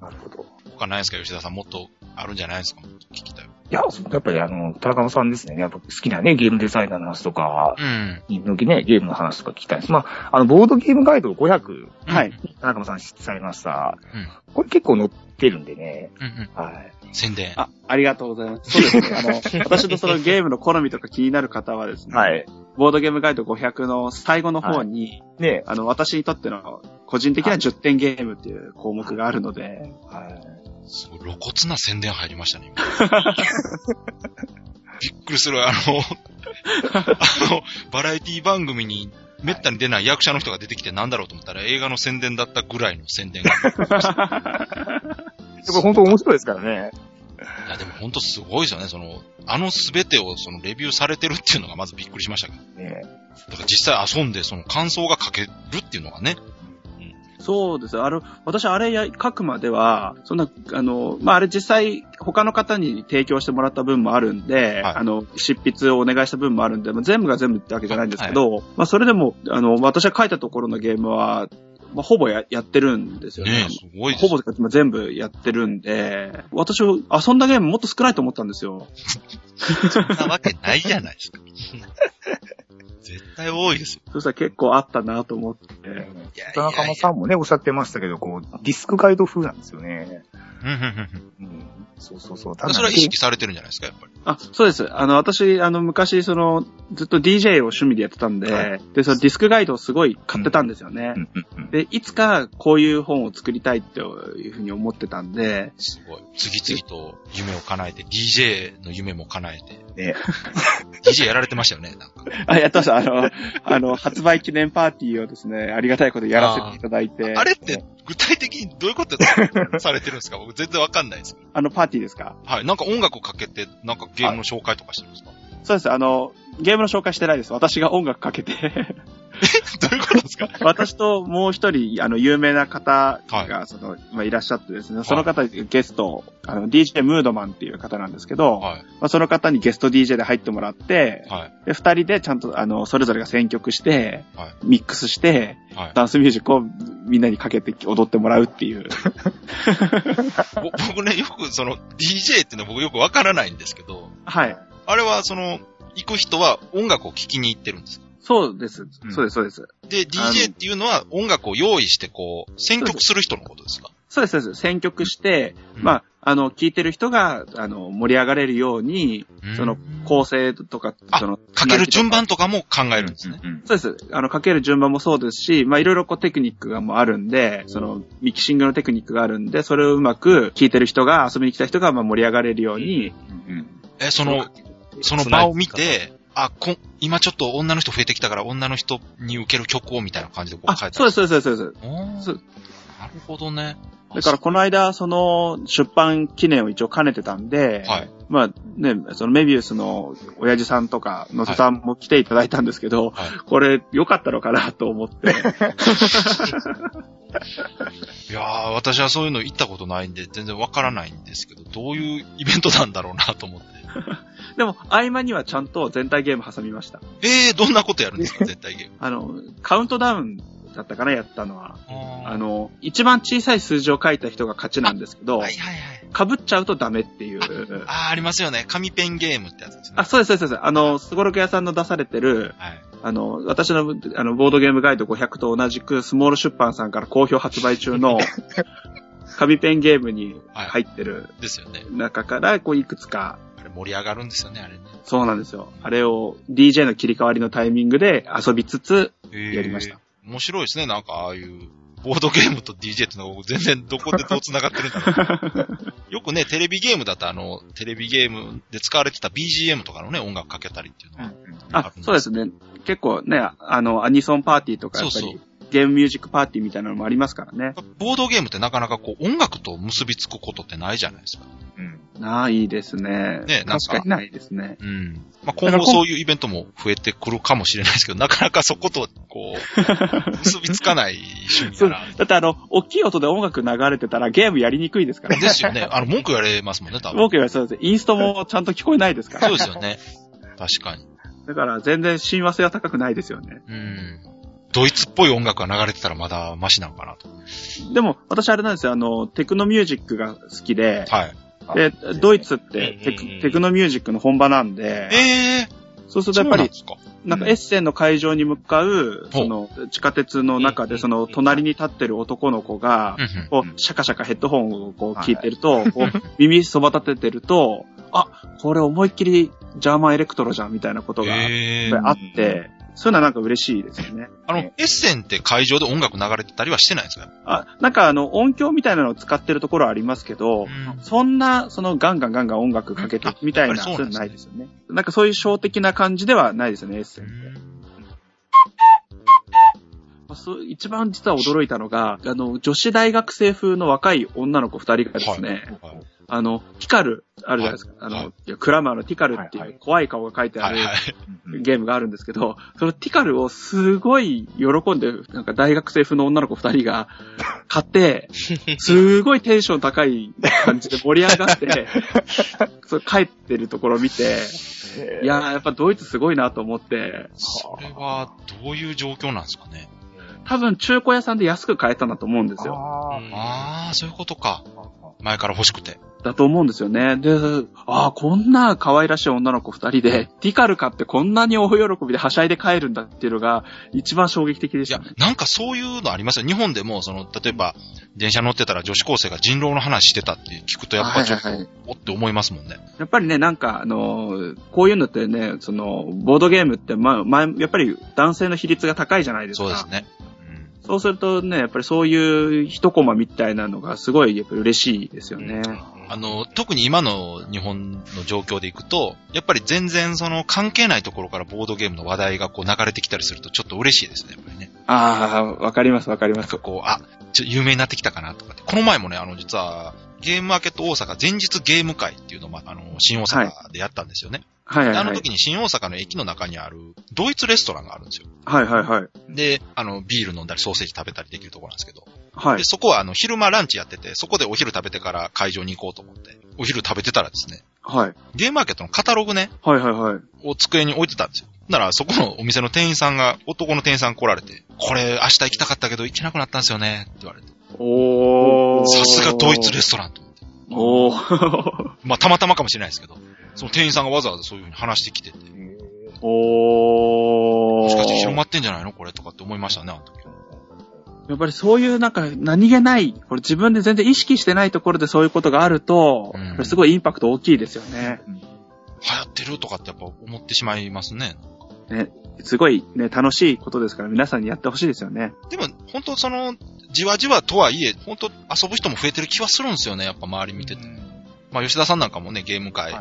なるほど。他ないですか吉田さんもっとあるんじゃないですか聞きたい。いや、そうやっぱりあの、田中さんですね。やっぱ好きなね、ゲームデザイナーの話とか、うん。人気ね、ゲームの話とか聞きたいです。まあ、あの、ボードゲームガイド500、はい。田中さんされました。うんこれ結構載ってるんでね。うんはい。うん。宣伝。 あ、ありがとうございます。そうですね。あの、私のそのゲームの好みとか気になる方はですね、はい。ボードゲームガイド500の最後の方に、ねあの、私にとっての個人的な10点ゲームっていう項目があるので、すごい露骨な宣伝入りましたね、今 びっくりする。あの、あの、バラエティ番組にめったに出ない役者の人が出てきてなんだろうと思ったら映画の宣伝だったぐらいの宣伝が。これ本当面白いですからね。 いや、でも本当すごいですよね。その、あの全てをそのレビューされてるっていうのがまずびっくりしましたけど。ねだから実際遊んでその感想が書けるっていうのがね。そうです。あの、私あれや書くまでは、そんな、あの、まあ、あれ実際他の方に提供してもらった分もあるんで、はいあの、執筆をお願いした分もあるんで、まあ、全部が全部ってわけじゃないんですけど、まあ、それでも、あの、私が書いたところのゲームは、まあ、ほぼややってるんですよね。ねえ、すごいですほぼまあ全部やってるんで、私、遊んだゲームもっと少ないと思ったんですよ。そんなわけないじゃないですか。絶対多いですよ。そしたら結構あったなと思って。いやい田や中い間やさんもね、おっしゃってましたけど、こう、ディスクガイド風なんですよね。うんうんうんうん。そうそうそう。うたん。だそれは意識されてるんじゃないですか、やっぱり。あ、そうです。あの、私、あの、昔、その、ずっと DJ を趣味でやってたんで、はで、そのディスクガイドをすごい買ってたんですよね。うんうんうん。で、いつかこういう本を作りたいっていうふうに思ってたんで、すごい。次々と夢を叶えて、DJ の夢も叶えて。ね DJ やられてましたよね、な んか。あ、やったました。あの、あの、発売記念パーティーをですね、ありがたいことやらせていただいて。あれって具体的にどういうことされてるんですか僕全然わかんないです。あの、パーティーですかはい。なんか音楽をかけて、なんかゲームの紹介とかしてるんですかそうです。あの、ゲームの紹介してないです。私が音楽かけて。 どういうことですか私ともう一人、あの、有名な方はが、その、まあ、いらっしゃってですね、その方、ゲスト、あの、DJ ムードマンっていう方なんですけど、はい。まあ、その方にゲスト DJ で入ってもらって、はい。で、二人でちゃんと、あの、それぞれが選曲して、はいミックスして、はいダンスミュージックをみんなにかけて踊ってもらうっていう。ぼ僕ね、よくその DJ っていうのは僕よくわからないんですけど、 はい。あれはその、行く人は音楽を聴きに行ってるんですかそうですう。んそうです、そうです。で、DJ っていうのは音楽を用意してこう、選曲する人のことですかそうです、そうです。選曲して、うんまあ、あの、聴いてる人が、あの、盛り上がれるように、そのうん、構成とか、あその、かける順番とかも考えるんですね。うんそうです。あの、かける順番もそうですし、まあ、いろいろこうテクニックがもうあるんで、その、ミキシングのテクニックがあるんで、それをうまく聞いてる人が、遊びに来た人が、まあ、盛り上がれるように、うんえ、その、その場を見て、あ、こん、今ちょっと女の人増えてきたから女の人に受ける曲をみたいな感じでこあ、う書いて。そうですす、そうです、そうです。おーそうなるほどね。だから、この間、その、出版記念を一応兼ねてたんで、はい。まあ、ね、そのメビウスの親父さんとか、野瀬さんも来ていただいたんですけど、はいこれ、良かったのかなと 思って、いやー、私はそういうの行ったことないんで、全然わからないんですけど、どういうイベントなんだろうなと思って。でも、合間にはちゃんと全体ゲーム挟みました。えー、どんなことやるんです か、絶対ゲーム。あの、カウントダウンだったかな、やったのは。ああの、一番小さい数字を書いた人が勝ちなんですけど、はいはいはい。被っちゃうとダメっていう。あー、ありますよね。紙ペンゲームってやつですね。あ、そうです、そうですそうです。あの、スゴロク屋さんの出されてる、はい。あの、私の、あの、ボードゲームガイド500と同じく、スモール出版さんから好評発売 中の、紙ペンゲームに入ってるですよね。中から、こう、いくつか、あれ盛り上がるんですよね、あれね。そうなんですよ。あれを DJ の切り替わりのタイミングで遊びつつ、えやりました。面白いですね、なんかああいう、ボードゲームと DJ ってのが僕全然どこでどう繋がってるんだろ う。よくね、テレビゲームだとあの、テレビゲームで使われてた BGM とかのね、音楽かけたりっていうのは。あ、そうですね。結構ね、あの、アニソンパーティーとか、やっぱそうそり、ゲームミュージックパーティーみたいなのもありますからね。ボードゲームってなかなかこう、音楽と結びつくことってないじゃないですか。うんないですね。ねなんか確かにないですね。うん。まあ、今後そういうイベントも増えてくるかもしれないですけど、な かなかそこと、こう、 結びつかない趣味そだうな。だってあの、大きい音で音楽流れてたらゲームやりにくいですからね。ですよね。あの、文句言われますもんね、多分。僕よりはそうです。インストもちゃんと聞こえないですかそうら。ですよね。確かに。だから全然親和性は高くないですよね。うん。ドイツっぽい音楽が流れてたらまだマシなのかなと。でも、私あれなんですよ、あの、テクノミュージックが好きで、はい。で、ドイツってテうんうんうんクテクノミュージックの本場なんで、ええそうすー、るとやっぱり、そうなんですかなんかエッセンの会場に向かう、ほうその、地下鉄の中で、その、隣に立ってる男の子がう、んうんこうんう、シャカシャカヘッドホンをこう聞いてると、こう耳そば立ててると、あ、これ思いっきりジャーマンエレクトロじゃんみたいなことがやっえぱりあって、そういうのはなんか嬉しいですよね。あの、エッセンって会場で音楽流れてたりはしてないんですかあ、なんかあの、音響みたいなのを使ってるところはありますけど、うんそんな、そのガンガンガンガン音楽かけてみたいな、あそやうっぱいうりのそうななんいでですよね。なんかそういう小的な感じではないですよね、エッセンって。まあそう一番実は驚いたのが、あの、女子大学生風の若い女の子二人がですね、はいあの、ティカル、あるじゃないですか。あの、はいいやクラマーのティカルってはいいはう怖い顔が書いてあはるいはい。ゲームがあるんですけど、そのティカルをすごい喜んで、なんか大学生風の女の子二人が買 って、すごいテンション高い感じで盛り上がって、 そう帰ってるところを見て、いやーやっぱドイツすごいなと思って、それは、どういう状況なんですかね。多分中古屋さんで安く買えたんだと思うんですよ。あうんああ、そういうことか。前から欲しくて。だと思うんですよね。で、ああ、こんな可愛らしい女の子二人で、ティカル買ってこんなに大喜びではしゃいで帰るんだっていうのが一番衝撃的でいしたやね。、なんかそういうのありますよ。日本でも、その、例えば、電車乗ってたら女子高生が人狼の話してたって聞くと、やっぱちょっとはいはいはい、おって思いますもんね。やっぱりね、なんか、あのーこういうのってね、その、ボードゲームって、ま、前、やっぱり男性の比率が高いじゃないですか。そうですね。そうするとね、やっぱりそういう一コマみたいなのがすごいやっぱり嬉しいですよね。うんあの、特に今の日本の状況でいくと、やっぱり全然その関係ないところからボードゲームの話題がこう流れてきたりするとちょっと嬉しいですね、やっぱりね。ああ、わかりますわかりなまんす。かこう、あ、ちょ有名になってきたかなとかって。この前もね、あの、実は、ゲームマーケット大阪前日ゲーム会っていうのも、あの、新大阪でやったんですよね。はいはでいはい。あの時に新大阪の駅の中にある、ドイツレストランがあるんですよ。はいはいはい。で、あの、ビール飲んだりソーセージ食べたりできるところなんですけど。はいで、。そこはあの、昼間ランチやってて、そこでお昼食べてから会場に行こうと思って、お昼食べてたらですね、はい。ゲームマーケットのカタログね、はいはいはい。を机に置いてたんですよ。なら、そこのお店の店員さんが、男の店員さん来られて、これ明日行きたかったけど行けなくなったんですよね、って言われて。おー。さすがドイツレストランと思って。おー。 まあ、たまたまかもしれないですけど、その店員さんがわざわざそういう風に話してきてて、おー。もしかして広まってんじゃないのこれとかって思いましたね、あの時。やっぱりそういうなんか何気ない、これ自分で全然意識してないところでそういうことがあると、うんやっぱりすごいインパクト大きいですよね。流行ってるとかってやっぱ思ってしまいますね。すごいね、楽しいことですから皆さんにやってほしいです よね。でも、本当その、じわじわとはいえ、本当遊ぶ人も増えてる気はするんですよね、やっぱ周り見てて。まあ、吉田さんなんかもね、ゲームは会い、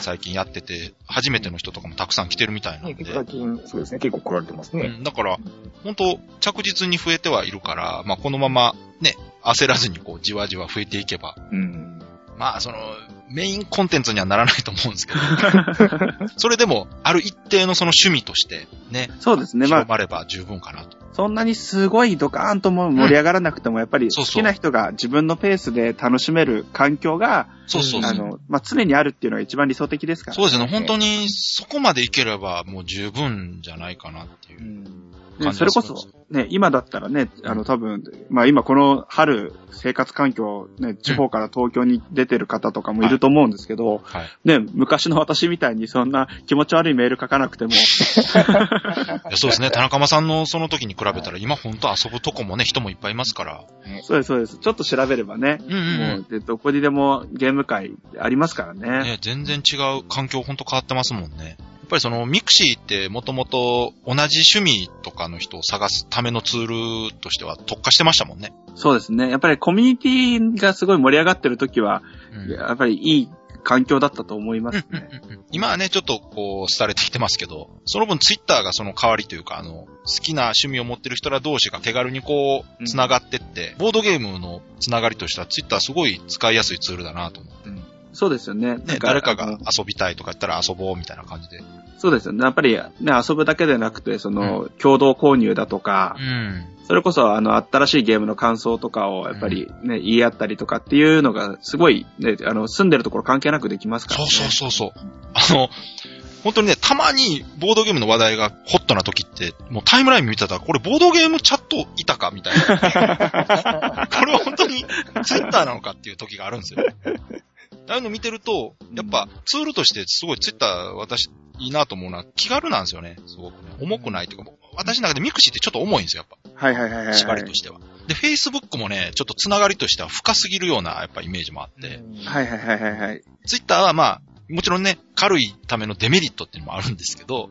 最近やってて、初めての人とかもたくさん来てるみたいなんで。結構最近、そうですね、結構来られてますうね。ん、だから、本当着実に増えてはいるから、まあ、このまま、ね、焦らずにこう、じわじわ増えていけば、うん。まあ、その、メインコンテンツにはならないと思うん ですけど、それでも、ある一定のその趣味として、ね、そうですね。ま広あ、まれば十分かなと。そんなにすごいドカーンとも盛り上がらなくても、やっぱりそ好うそうきな人が自分のペースで楽しめる環境が、そうそうそあう。の、まあ、常にあるっていうのが一番理想的ですから。そうですね。本当に、そこまでいければ、もう十分じゃないかなっていうう。んね、それこ感そじがする、ね、今だったらね、あの、多分、まあ今この春、生活環境、ね、地方から東京に出てる方とかもいると思うんですけど、はい。ね、昔の私みたいにそんな気持ち悪いメール書かな くても、いやそうですね。田中間さんのその時に比べたら、今本当遊ぶとこもね、人もいっぱいいますから。そうです、そうです。ちょっと調べればね、うんうんもう、で、どこにでもゲーム会ありますからうん。ね。ね、全然違う環境本当変わってますもんね。やっぱりその、ミクシーってもともと同じ趣味とかの人を探すためのツールとしては特化してましたもんね。そうですね。やっぱりコミュニティがすごい盛り上がってる時は、うんやっぱりいい環境だったと思いますね。今はね、ちょっとこう、廃れてきてますけど、その分ツイッターがその代わりというか、あの、好きな趣味を持ってる人ら同士が手軽にうこう、ん繋がってって、ボードゲームの繋がりとしてはツイッターすごい使いやすいツールだなと思って。そうですよね。なねん、誰かあのが遊びたいとか言ったら遊ぼうみたいな感じで。うそうですよね。やっぱりね、遊ぶだけでなくて、その、共同購入だとか、ん。それこそ、あの、新しいゲームの感想とかを、やっぱりね、言い合ったりとかっていうのが、すごい、ね、あの、住んでるところ関係なくできますからそね。うそうそうそう。あの、本当にね、たまにボードゲームの話題がホットな時って、もうタイムライン見てたら、これボードゲームチャットいたかみたいな。 これは本当にツイッターなのかっていう時があるんですよ。ああいうの見てると、やっぱツールとしてすごいツイッター私いいなと思うのは気軽なんですよね。すごくね。重くないというか、私の中でミクシーってちょっと重いんですよ、やっはいはいはいはいはぱ。い。縛りとしては。で、Facebook もね、ちょっとつながりとしては深すぎるようなやっぱイメージもあって。はいはいはいはいはい。ツイッターはまあ、もちろんね、軽いためのデメリットっていうのもあるんですけど、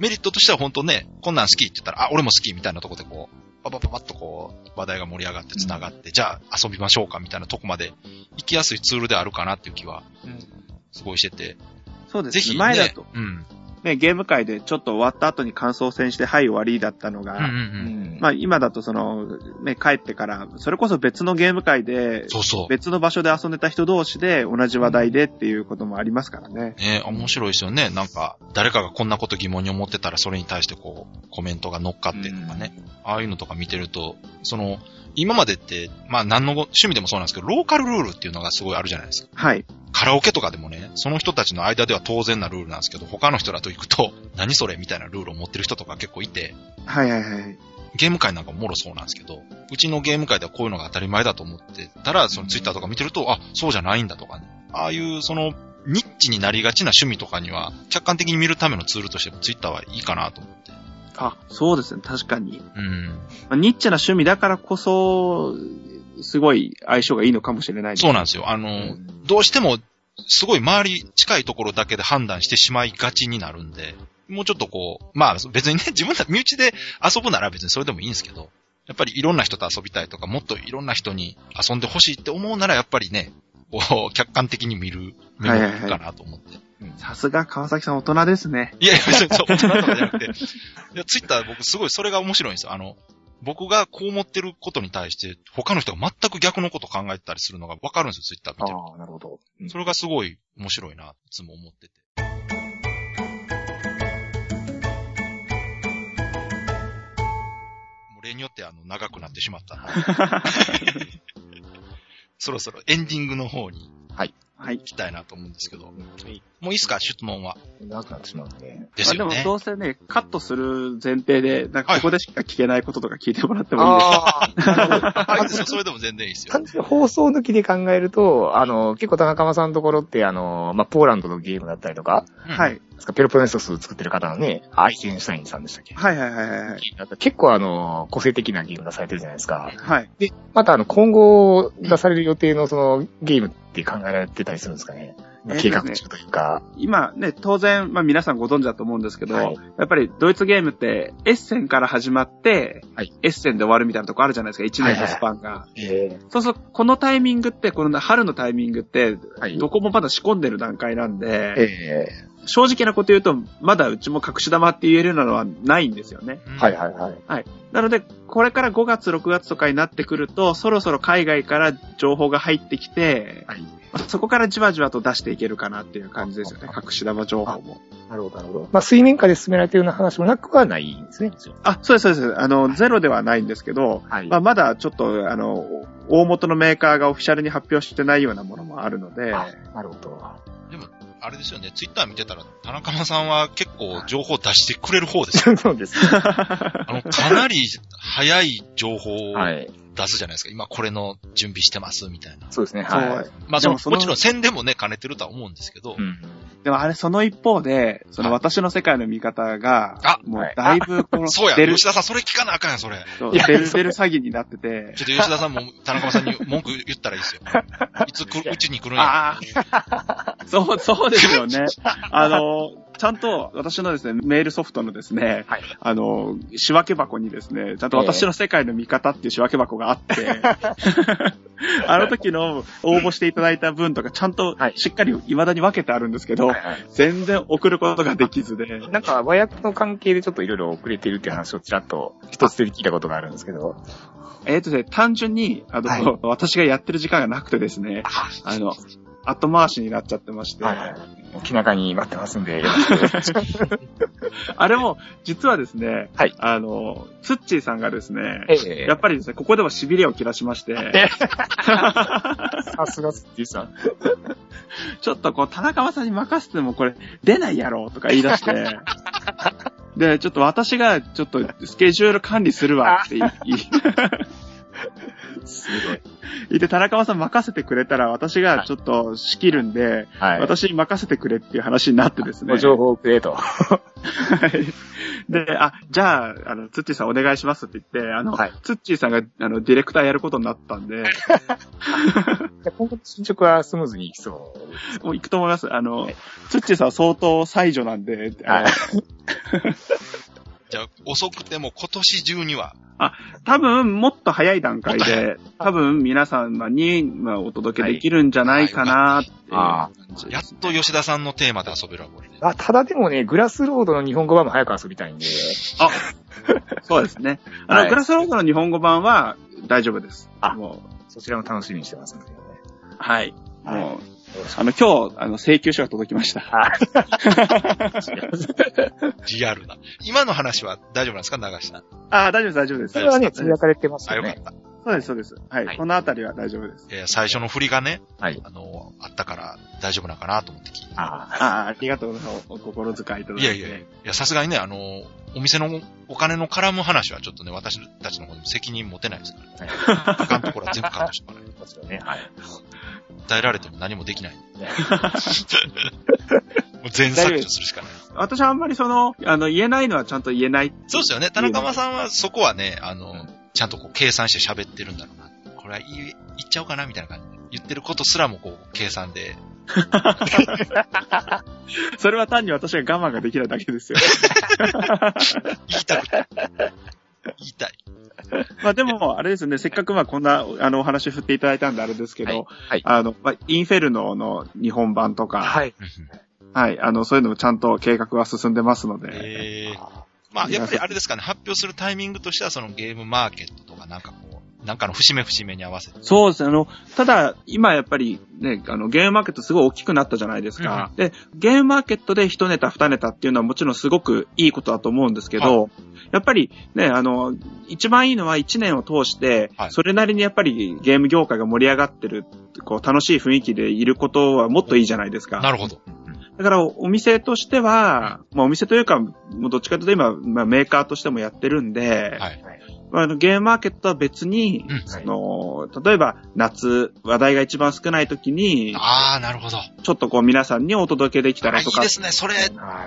メリットとしては本当ね、こんなん好きって言ったら、あ、俺も好きみたいなとこでこう、パパパパッとこう、話題が盛り上がって繋がって、じゃあ遊びましょうかみたいなとこまで行きやすいツールであるかなっていう気は、すごいしてて、そうでぜすね。ひ、ね、前だと、うん。ね、ゲーム界でちょっと終わった後に感想戦して、はい終わりだったのが、うんうんうんまあ今だとその、ね、帰ってから、それこそ別のゲーム界で、そうそ別の場所で遊んでた人同士で同じ話題でっていうこともありますからねう。。ね面白いですよね。なんか、誰かがこんなこと疑問に思ってたら、それに対してこう、コメントが乗っかってとかね。ああいうのとか見てると、その、今までって、まあ何の趣味でもそうなんですけど、ローカルルールっていうのがすごいあるじゃないですか。はい。カラオケとかでもね、その人たちの間では当然なルールなんですけど、他の人らと行くと、何それみたいなルールを持ってる人とか結構いて、はいはいはい。ゲーム界なんかもろそうなんですけど、うちのゲーム界ではこういうのが当たり前だと思ってたら、そのツイッターとか見てると、あ、そうじゃないんだとかね。ああいう、その、ニッチになりがちな趣味とかには、客観的に見るためのツールとしてもツイッターはいいかなと思って。あ、そうですね。確かに。うん。まあニッチな趣味だからこそ、すごい相性がいいのかもしれないですそうなんですよ。あの、どうしても、すごい周り近いところだけで判断してしまいがちになるんで、もうちょっとこう、まあ別にね、自分た身内で遊ぶなら別にそれでもいいんですけど、やっぱりいろんな人と遊びたいとか、もっといろんな人に遊んでほしいって思うなら、やっぱりね、こう、客観的に見る、見はいはいはいるかなと思って。さすが川崎さん大人ですね。いやいや、別にそう、大人とかじゃなくて、いや、ツイッター僕すごいそれが面白いんですよ。あの、僕がこう思ってることに対して、他の人が全く逆のこと考えてたりするのがわかるんですよ、ツイッター見てるとああ、なるほど。うんそれがすごい面白いな、いつも思ってて。もう例によってあの長くなってしまっ たなそろそろエンディングの方にはい行。きたいなと思うんですけど。もういいいですか質問は。長くなってしまうんで。ですよまあ、でね も。どうせね、カットする前提で、なんかここでしか聞けないこととか聞いてもらってもいいですああ、あいいですよそれでも全然いいですよ。単純に放送抜きで考えると、あの、結構田中間さんのところって、あの、まあ、ポーランドのゲームだったりとか、うんは。い。ですかペロポネソスを作ってる方のね、アイゼンシュタインさんでしたっけはいはいはいはいはい。結構あの、個性的なゲーム出されてるじゃないですか。はい。で、またあの、今後出される予定のそのゲームって考えられてたりするんですかね。えー計画中というか。今ね、当然、まあ皆さんご存知だと思うんですけど、はいやっぱりドイツゲームってエッセンから始まって、はいエッセンで終わるみたいなとこあるじゃないですか、1年のスパンが。ええそうそう、このタイミングって、この春のタイミングって、はい。どこもまだ仕込んでる段階なんで、え正直なこと言うと、まだうちも隠し玉って言えるようなのはないんですよね。うんえはいはいはい。なので、これから5月、6月とかになってくると、そろそろ海外から情報が入ってきて、はい。そこからじわじわと出していけるかなっていう感じですよね。隠し玉情報も。なるほど、なるほど。まあ、水面下で進められてるような話もなくはないんですね。あ、そうです、そうです。あの、ゼロではないんですけど、はいまあ、まだちょっと、あの、大元のメーカーがオフィシャルに発表してないようなものもあるので、 あなるほど。あれですよね。ツイッター見てたら、田中間さんは結構情報出してくれる方ですよ。そうですね。あの、かなり早い情報をはい。出すじゃないですか。今これの準備してます、みたいな。そうですね。そうはい。まあでそもの、そのもちろん宣伝もね、兼ねてるとは思うんですけど、ん。でもあれ、その一方で、そのはい私の世界の見方が、あもうだいぶこ のそうや、デル、吉田さん、それ聞かなあかんやん、それ。そういやデルデル詐欺になってて、ちょっと吉田さんも、田中さんに文句言ったらいいですよ。いつ来る、うちに来るんや。ああ、そう、そうですよね。 あの、ちゃんと私のですね、メールソフトのですね、はいあの、仕分け箱にですね、ちゃんと私の世界の見方っていう仕分け箱があって、 あの時の応募していただいた分とか、ちゃんとはいしっかり未だに分けてあるんですけど、はい全然送ることができずで、なんか、和訳の関係でちょっといろいろ遅れてるっていう話をちらっと一つで聞いたことがあるんですけど。えっ、とね、単純に、あの、はい私がやってる時間がなくてですね、あの、後回しになっちゃってまして、い。気長に待ってますんで、よろしく。あれも、実はですね、はいあの、ツッチーさんがですね、 えやっぱりですね、ここでは痺れを切らしまして、さすがって言ってた。ちょっとこう、田中間さんに任せてもこれ、出ないやろとか言い出 して、で、 ちょっと私が、ちょっとスケジュール管理するわって言い、すごい。で、田中さん任せてくれたら、私がちょっと仕切るんで、はい。私に任せてくれっていう話になってですね。ご情報をくれと。はい。 で、あ、じゃあ、あの、ツッチーさんお願いしますって言って、あの、はいツッチーさんが、あの、ディレクターやることになったんで、じゃあ今後の進捗はスムーズにいきそうですねもう行くと思います。あの、ツッチーさんは相当才女なんで、あのはじゃあ、遅くても今年中には。多分もっと早い段階で、多分皆様に、まあ、お届けできるんじゃないかなっていうあ感じでやっすね、と吉田さんのテーマで遊べるわ、これね。あ、ただでもね、グラスロードの日本語版も早く遊びたいんで、そうですね。あの、はいグラスロードの日本語版は大丈夫です。あもそちらも楽しみにしてますので、ね。う、はい。はいもう、あの、今日、あの、請求書が届きました。リアルな。今の話は大丈夫なんですか流した。ああ、大丈夫です、大丈夫です。それはね、つぶやかれてますあ、よよかっね。た。そうです、そうです。はい。はいこのあたりは大丈夫です。えー最初の振りがね、はいあの、あったから大丈夫なのかなと思って聞いて。あああ、ありがとうございます。おお心遣いいただいいて。やいやいや、いや、さすがにね、あの、お店のお金の絡む話はちょっとね、私たちの方にも責任持てないですから、ね。あかんところは全部カットしてもらえ あ、ですよね。はい。訴えられても何もできない。もう全削除するしかない。私はあんまりその、あの、言えないのはちゃんと言えない。そうですよね。田中間さんはそこはね、あの、ちゃんとこう計算して喋ってるんだろうな。これは言い言っちゃおうかなみたいな感じで。言ってることすらもこう計算で。 それは単に私が我慢ができないだけですよ。言いたくて。言いたい。まあでも、あれですね、せっかくまあこんな、あの、お話振っていただいたんであれですけど、はいはいあの、まあ、インフェルノの日本版とか、はい、い。あの、そういうのもちゃんと計画は進んでますので、えー、まあやっぱりあれですかね、発表するタイミングとしてはそのゲームマーケットとかなんかこう、なんかの節目節目に合わせて。そうですね、あの、ただ、今やっぱりね、あの、ゲームマーケットすごい大きくなったじゃないですか。で、ゲームマーケットで一ネタ二ネタっていうのはもちろんすごくいいことだと思うんですけど、やっぱりね、あの、一番いいのは一年を通して、はいそれなりにやっぱりゲーム業界が盛り上がってる、こう、楽しい雰囲気でいることはもっといいじゃないですか。なるほど。だから、お店としては、まあ、お店というか、もうどっちかというと今、まあ、メーカーとしてもやってるんで、はい。まああのゲームマーケットは別に、うんその、例えば、夏、話題が一番少ない時に、ああ、なるほど。あちょっとこう、皆さんにお届けできたーらいといかで、すね。それ、は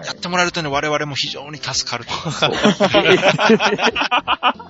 やってもらえるとね、我々も非常に助かると 思います。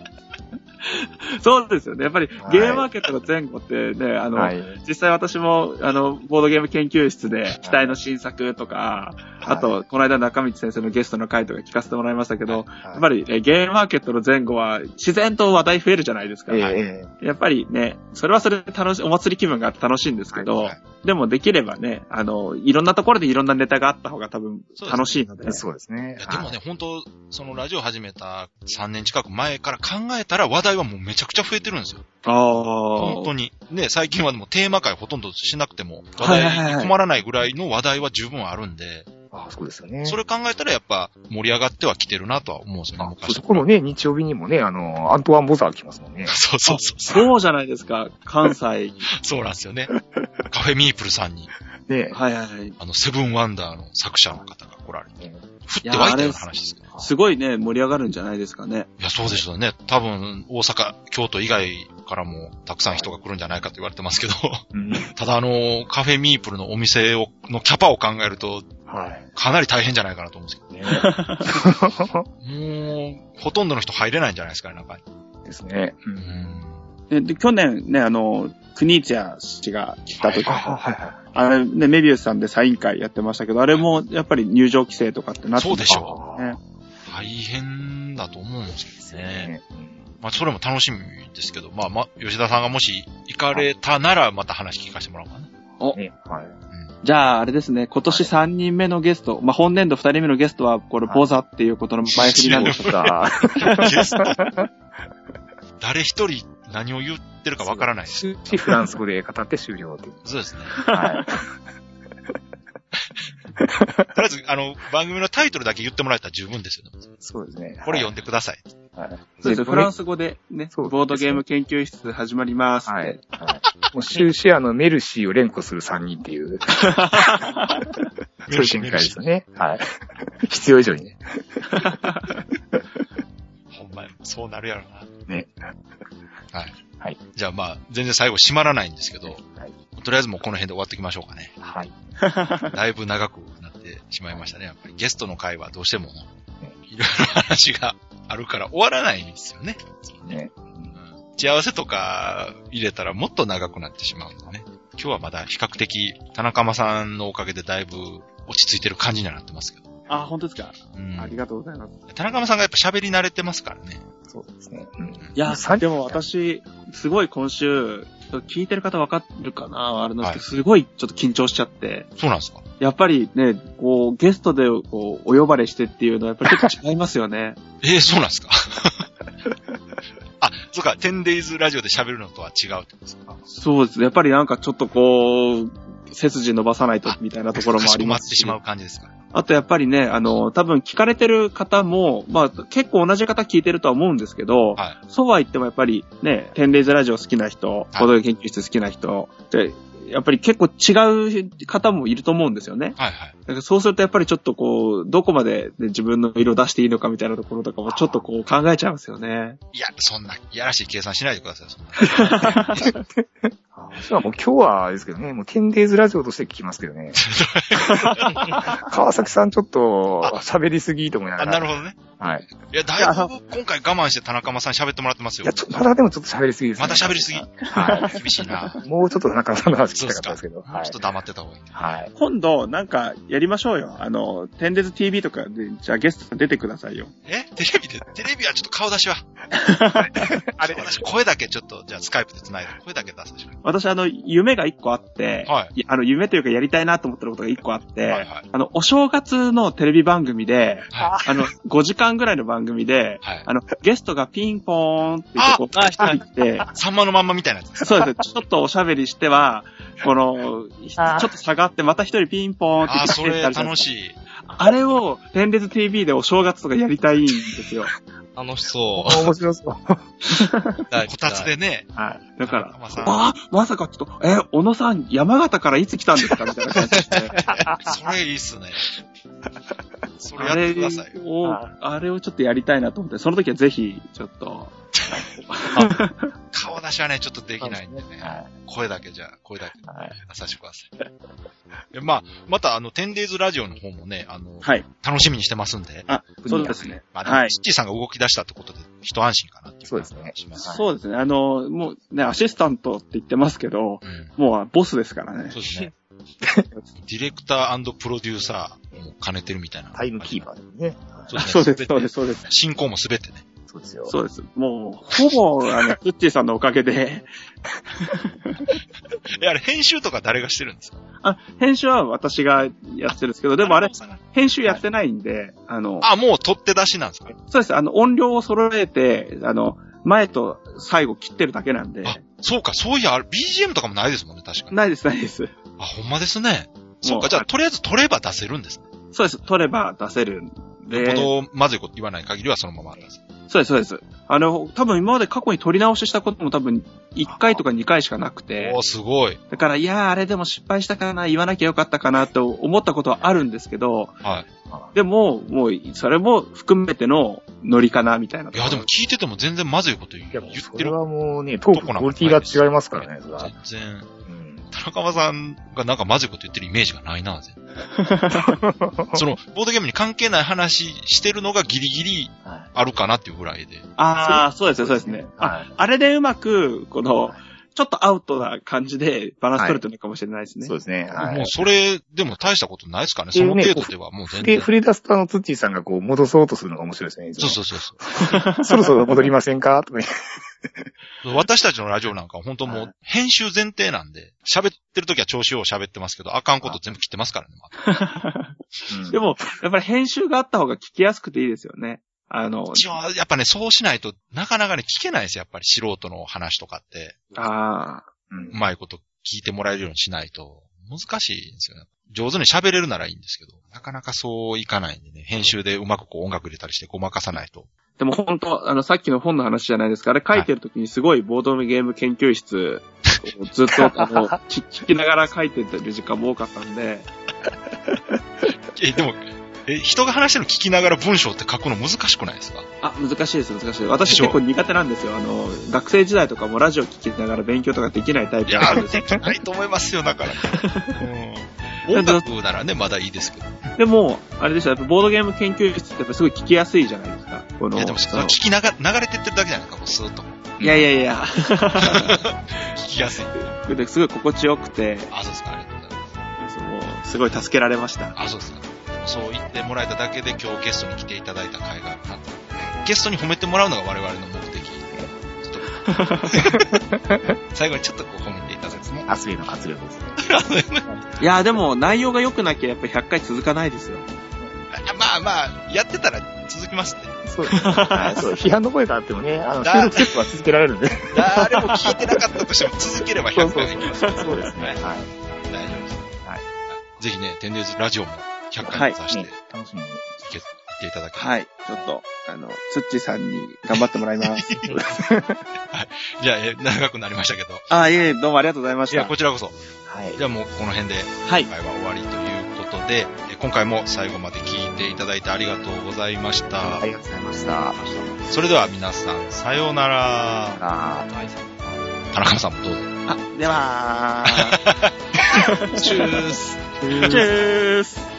そうですよね。やっぱり、はいゲームマーケットの前後ってね、あい。の、はい。実際私も、あの、ボードゲーム研究室で、期待の新作とか、あと、この間中道先生のゲストの回とか聞かせてもらいましたけど、やっぱり、り、ね、ゲームマーケットの前後は自然と話題増えるじゃないですか。ええはいええやっぱりね、それはそれで楽しい、お祭り気分があって楽しいんですけど、はいはでもできればね、あの、いろんなところでいろんなネタがあった方が多分そうですね楽しいので。そうですねいや。でもね、本当そのラジオ始めた3年近く前から考えたら話題はもうめちゃくちゃ増えてるんですよ。ああ。本当に。ね、最近はでもテーマ会ほとんどしなくても話はいはいはい題に困らないぐらいの話題は十分あるんで、ああ、そうですよね。それ考えたらやっぱ盛り上がってはきてるなとは思うんですよね、あ昔そこのね、日曜日にもね、あの、アントワン・ボザー来ますもんね。 そうそうそう。そうじゃないですか、関 西。そうなんですよね。カフェミープルさんに、ねはいはいはい。あの、セブンワンダーの作者の方が来られて、降って湧いたような話ですけど。すごいね、盛り上がるんじゃないですかね。いや、そうでしょうね。多分、大阪、京都以外からもたくさん人が来るんじゃないかと言われてますけど。 うんただあの、カフェミープルのお店を、のキャパを考えると、はい。かなり大変じゃないかなと思うんですけねど。もう、ほとんどの人入れないんじゃないですかね、なんか。ですね。ううんん。で、で去年ね、あの、クニーツィア氏が来た時、あはいはい。あれね、メビウスさんでサイン会やってましたけど、あれもやっぱり入場規制とかってなってそうでしょあねう。大変だと思うんですけですどね。ね。うんまあ、それも楽しみですけど、まあ、まあ、吉田さんがもし行かれたなら、また話聞かせてもらおうかな。ねはい。じゃあ、あれですね、今年3人目のゲスト、まあ、本年度2人目のゲストは、これ、はいボザっていうことの前振りなんですそうだ。ゲスト誰一人何を言ってるかわからないです。終始フランス語で語って終了という。そうですね。はい。とりあえず、あの、番組のタイトルだけ言ってもらえたら十分ですよね。そうですね。これ読んんでください。そうですフランス。ス語でね、そうですボードゲーム研究室始まります。はい。はいもう終始あの、メルシーを連呼する3人っていう、そういう展開ですよね。はい。必要以上にね。ほんまや、そうなるやろな。ね。はい。はい。じゃあまあ、全然最後閉まらないんですけど、はいとりあえずもうこの辺で終わっておきましょうかね。はい。だいぶ長くなってしまいましたね。やっぱりゲストの会はどうしても、いろいろ話があるから終わらないんですよね。ね。うん打ち合わせとか入れたらもっと長くなってしまうんだね。今日はまだ比較的田中間さんのおかげでだいぶ落ち着いてる感じにはなってますけど。あ、本当ですか、うんありがとうございます。田中間さんがやっぱ喋り慣れてますからね。そうですね。うん。いやさ、でも私、すごい今週、聞いてる方わかるかなあれなんですけど、すごいちょっと緊張しちゃって。そうなんですかやっぱりね、こう、ゲストでこう、お呼ばれしてっていうのはやっぱりちょっと違いますよね。 ええそうなんですかあ、そうか、10days ラジオで喋るのとは違うってことですかそうですね。やっぱりなんかちょっとこう、背筋伸ばさないとみたいなところもあかしこりままっすてしまう感じですかあとやっぱりね、あの、多分聞かれてる方も、まあ結構同じ方聞いてるとは思うんですけど、はそうは言ってもやっぱりね、テンレイズラジオ好きな人、いボードゲーム研究室好きな人って、やっぱり結構違う方もいると思うんですよね。はいはい。だからそうするとやっぱりちょっとこう、どこまで、ね、自分の色出していいのかみたいなところとかもちょっとこう考えちゃいますよね。いや、そんな、いやらしい計算しないでください、そんな。あーそうもう今日はですけどね、もう 10days ラジオとして聞きますけど ね。川崎さんちょっと喋りすぎと思いながあ、ら。なるほどね。ど。はい。いや、だいぶ今回我慢して田中間さんに喋ってもらってますいよや、。ちょまだでもちょっと喋りすぎですね。また喋りすぎ。は厳しいな。ちい。もうちょっとなんかそんな話聞きたかったですけど。ょはっいと。黙ってた方がいい。はい。今度なんかやりましょうよ。あの、テンデズ TV とかで、じゃあゲスト出てくださいよ。えテレビで、テレビはちょっと顔出 しは。あれ私声だけちょっと、じゃあスカイプで繋いで、声だけ出すでしょ。私あの、夢が一個あって、はい。いやあの、夢というかやりたいなと思ってることが一個あって、はいはい。あの、お正月のテレビ番組で、はあの、5時間ぐらいの番組で、はいあの、ゲストがピンポーンって言って、こう、ああ入って、さんまのまんまみたいなやつです。そうですね、ちょっとおしゃべりしては、この、ちょあっーと下がって、また一人ピンポーンってああ、来てそれたりとか楽しい。あれを、天列 TV でお正月とかやりたいんですよ。楽しそう。面白そう。 こたつでね。はい。だから、まあさあーまさかちょっと、え、小野さん、山形からいつ来たんですかみたいな感じで。それいいっすね。それやあってれくださいよ。を、はあれをちょっとやりたいなと思って、その時はぜひ、ちょっと、顔出しはね、ちょっとできないんではね。い。声だけじゃ、声だけはい。出させてください。でまあ、またあの、テンデイズラジオの方もね、あの、はい。楽しみにしてますんで。あ、そうですね。まあ、ははいい。チッチーさんが動き出したってことで、一安心かなっていうそうですねします。そうですね。あの、もうね、アシスタントって言ってますけど、うん。もうボスですからねそう。ですね。ディレクタープロデューサーも兼ねてるみたいな。タイムキーパーですね。はいそうですね。。そうです、そうですす、そうです。進行もすべてね。そうですよ。そうです。もう、ほぼ、あの、ツッチーさんのおかげで、 え、あれ、編集とか誰がしてるんですかあ、編集は私がやってるんですけど、でもあれ、編集やってないんで、あの、あ、もう取って出しなんですかそうです。あの、音量を揃えて、あの、前と最後切ってるだけなんで、あ、そうか、そういや、あれ BGM とかもないですもんね、確かに。ないです、ないです。あ、ほんまですね。そうもか、うじゃあ、とりあえず取れば出せるんですね。そうです。取れば出せるんで。ほど、まずいこと言わない限りはそのまま出す。そうです、そうです。あの、多分今まで過去に取り直ししたことも多分1回とか2回しかなくておー、、すごい。だから、いやー、あれでも失敗したかな、言わなきゃよかったかなと思ったことはあるんですけど、はい。でも、もう、それも含めてのノリかな、みたいな。いや、でも聞いてても全然まずいこと言ういや、言もうそってれる。はもうね、トークのクオリティが違いますからね、それは。全然。うん田中さんがなんかまずいこと言ってるイメージがないな、全然その、ボードゲームに関係ない話してるのがギリギリはあるかなっていうぐらいで。ああ、そうですね、そうですね。あ、はい。あれでうまく、この、ちょっとアウトな感じでバランス取れてるのかもしれないですね。そうですね。はいもうそれでも大したことないですかね。えそーのね程度ではもう全で、然。振り出すとあの、ツッチーさんがこう、戻そうとするのが面白いですね。いつそもうそうそうそそろそろ戻りませんかとかね。う。私たちのラジオなんかは本当もはう編集前提なんで、喋ってる時は調子を喋ってますけど、あかんこと全部切ってますからね。まあ でも、やっぱり編集があった方が聞きやすくていいですよね。あの、一応、やっぱね、そうしないとなかなかね、聞けないですよ。やっぱり素人の話とかって。ああ、うんうまいこと聞いてもらえるようにしないと、難しいんですよね。上手に喋れるならいいんですけど、なかなかそういかないんでね、編集でうまくこう音楽入れたりしてごまかさないと。でも本当、あの、さっきの本の話じゃないですか。あれ書いてる時にすごいボードゲーム研究室をずっと、あの、聞聞きながら書いてる時間も多かったんで、え、でも、え、人が話してるの聞きながら文章って書くの難しくない ですかあ、難しいです、難しいです。私でしょ結構苦手なんですよ。あの、学生時代とかもラジオ聞きながら勉強とかできないタイプいだったやんですよ。ー、ないと思いますよ、だから。うん音楽ならね、まだいいですけど。でも、あれでした、やっぱボードゲーム研究室ってやっぱすごい聞きやすいじゃないですか。この、いや、でも、そそのの聞きなが、流れてってるだけじゃないですか、もうスーッと。いやいやいや、聞きやすい。ですごい心地よくて、あ、そうですか、ありがとうございます。そのすごい助けられました。あ、そうですか。そう言ってもらえただけで今日ゲストに来ていただいた回があったんで、ゲストに褒めてもらうのが我々の目的。ちょっと 最後にちょっとこう褒めていただいてね。アスリーの活力ですね。いや、でも内容が良くなきゃやっぱ100回続かないですよ。あまあまあ、やってたら続きますね。そうですね。はいそう批判の声があってもね、あの、だ収録ステップは続けられるんで。誰も聞いてなかったとしても続ければ100回できます。 そうですね。はい。大丈夫です。はいぜひね、テンデイズラジオも100は回い目指していっ楽しみに。ていただけ、はい。ちょっと、あの、つっちさんに頑張ってもら います。じゃあ、え長くなりましたけど。あ、いえいえ、どうもありがとうございましいや、た。こちらこそ。はい。じゃあもうこの辺ではい今。回は終わりということで、え今回も最後まで聞いていただいてありがとうございましたあ。りがとうございました。それでは皆さん、さよう なら。あー田中さんもどうぞ。あ、ではチュース。 ー。チュース。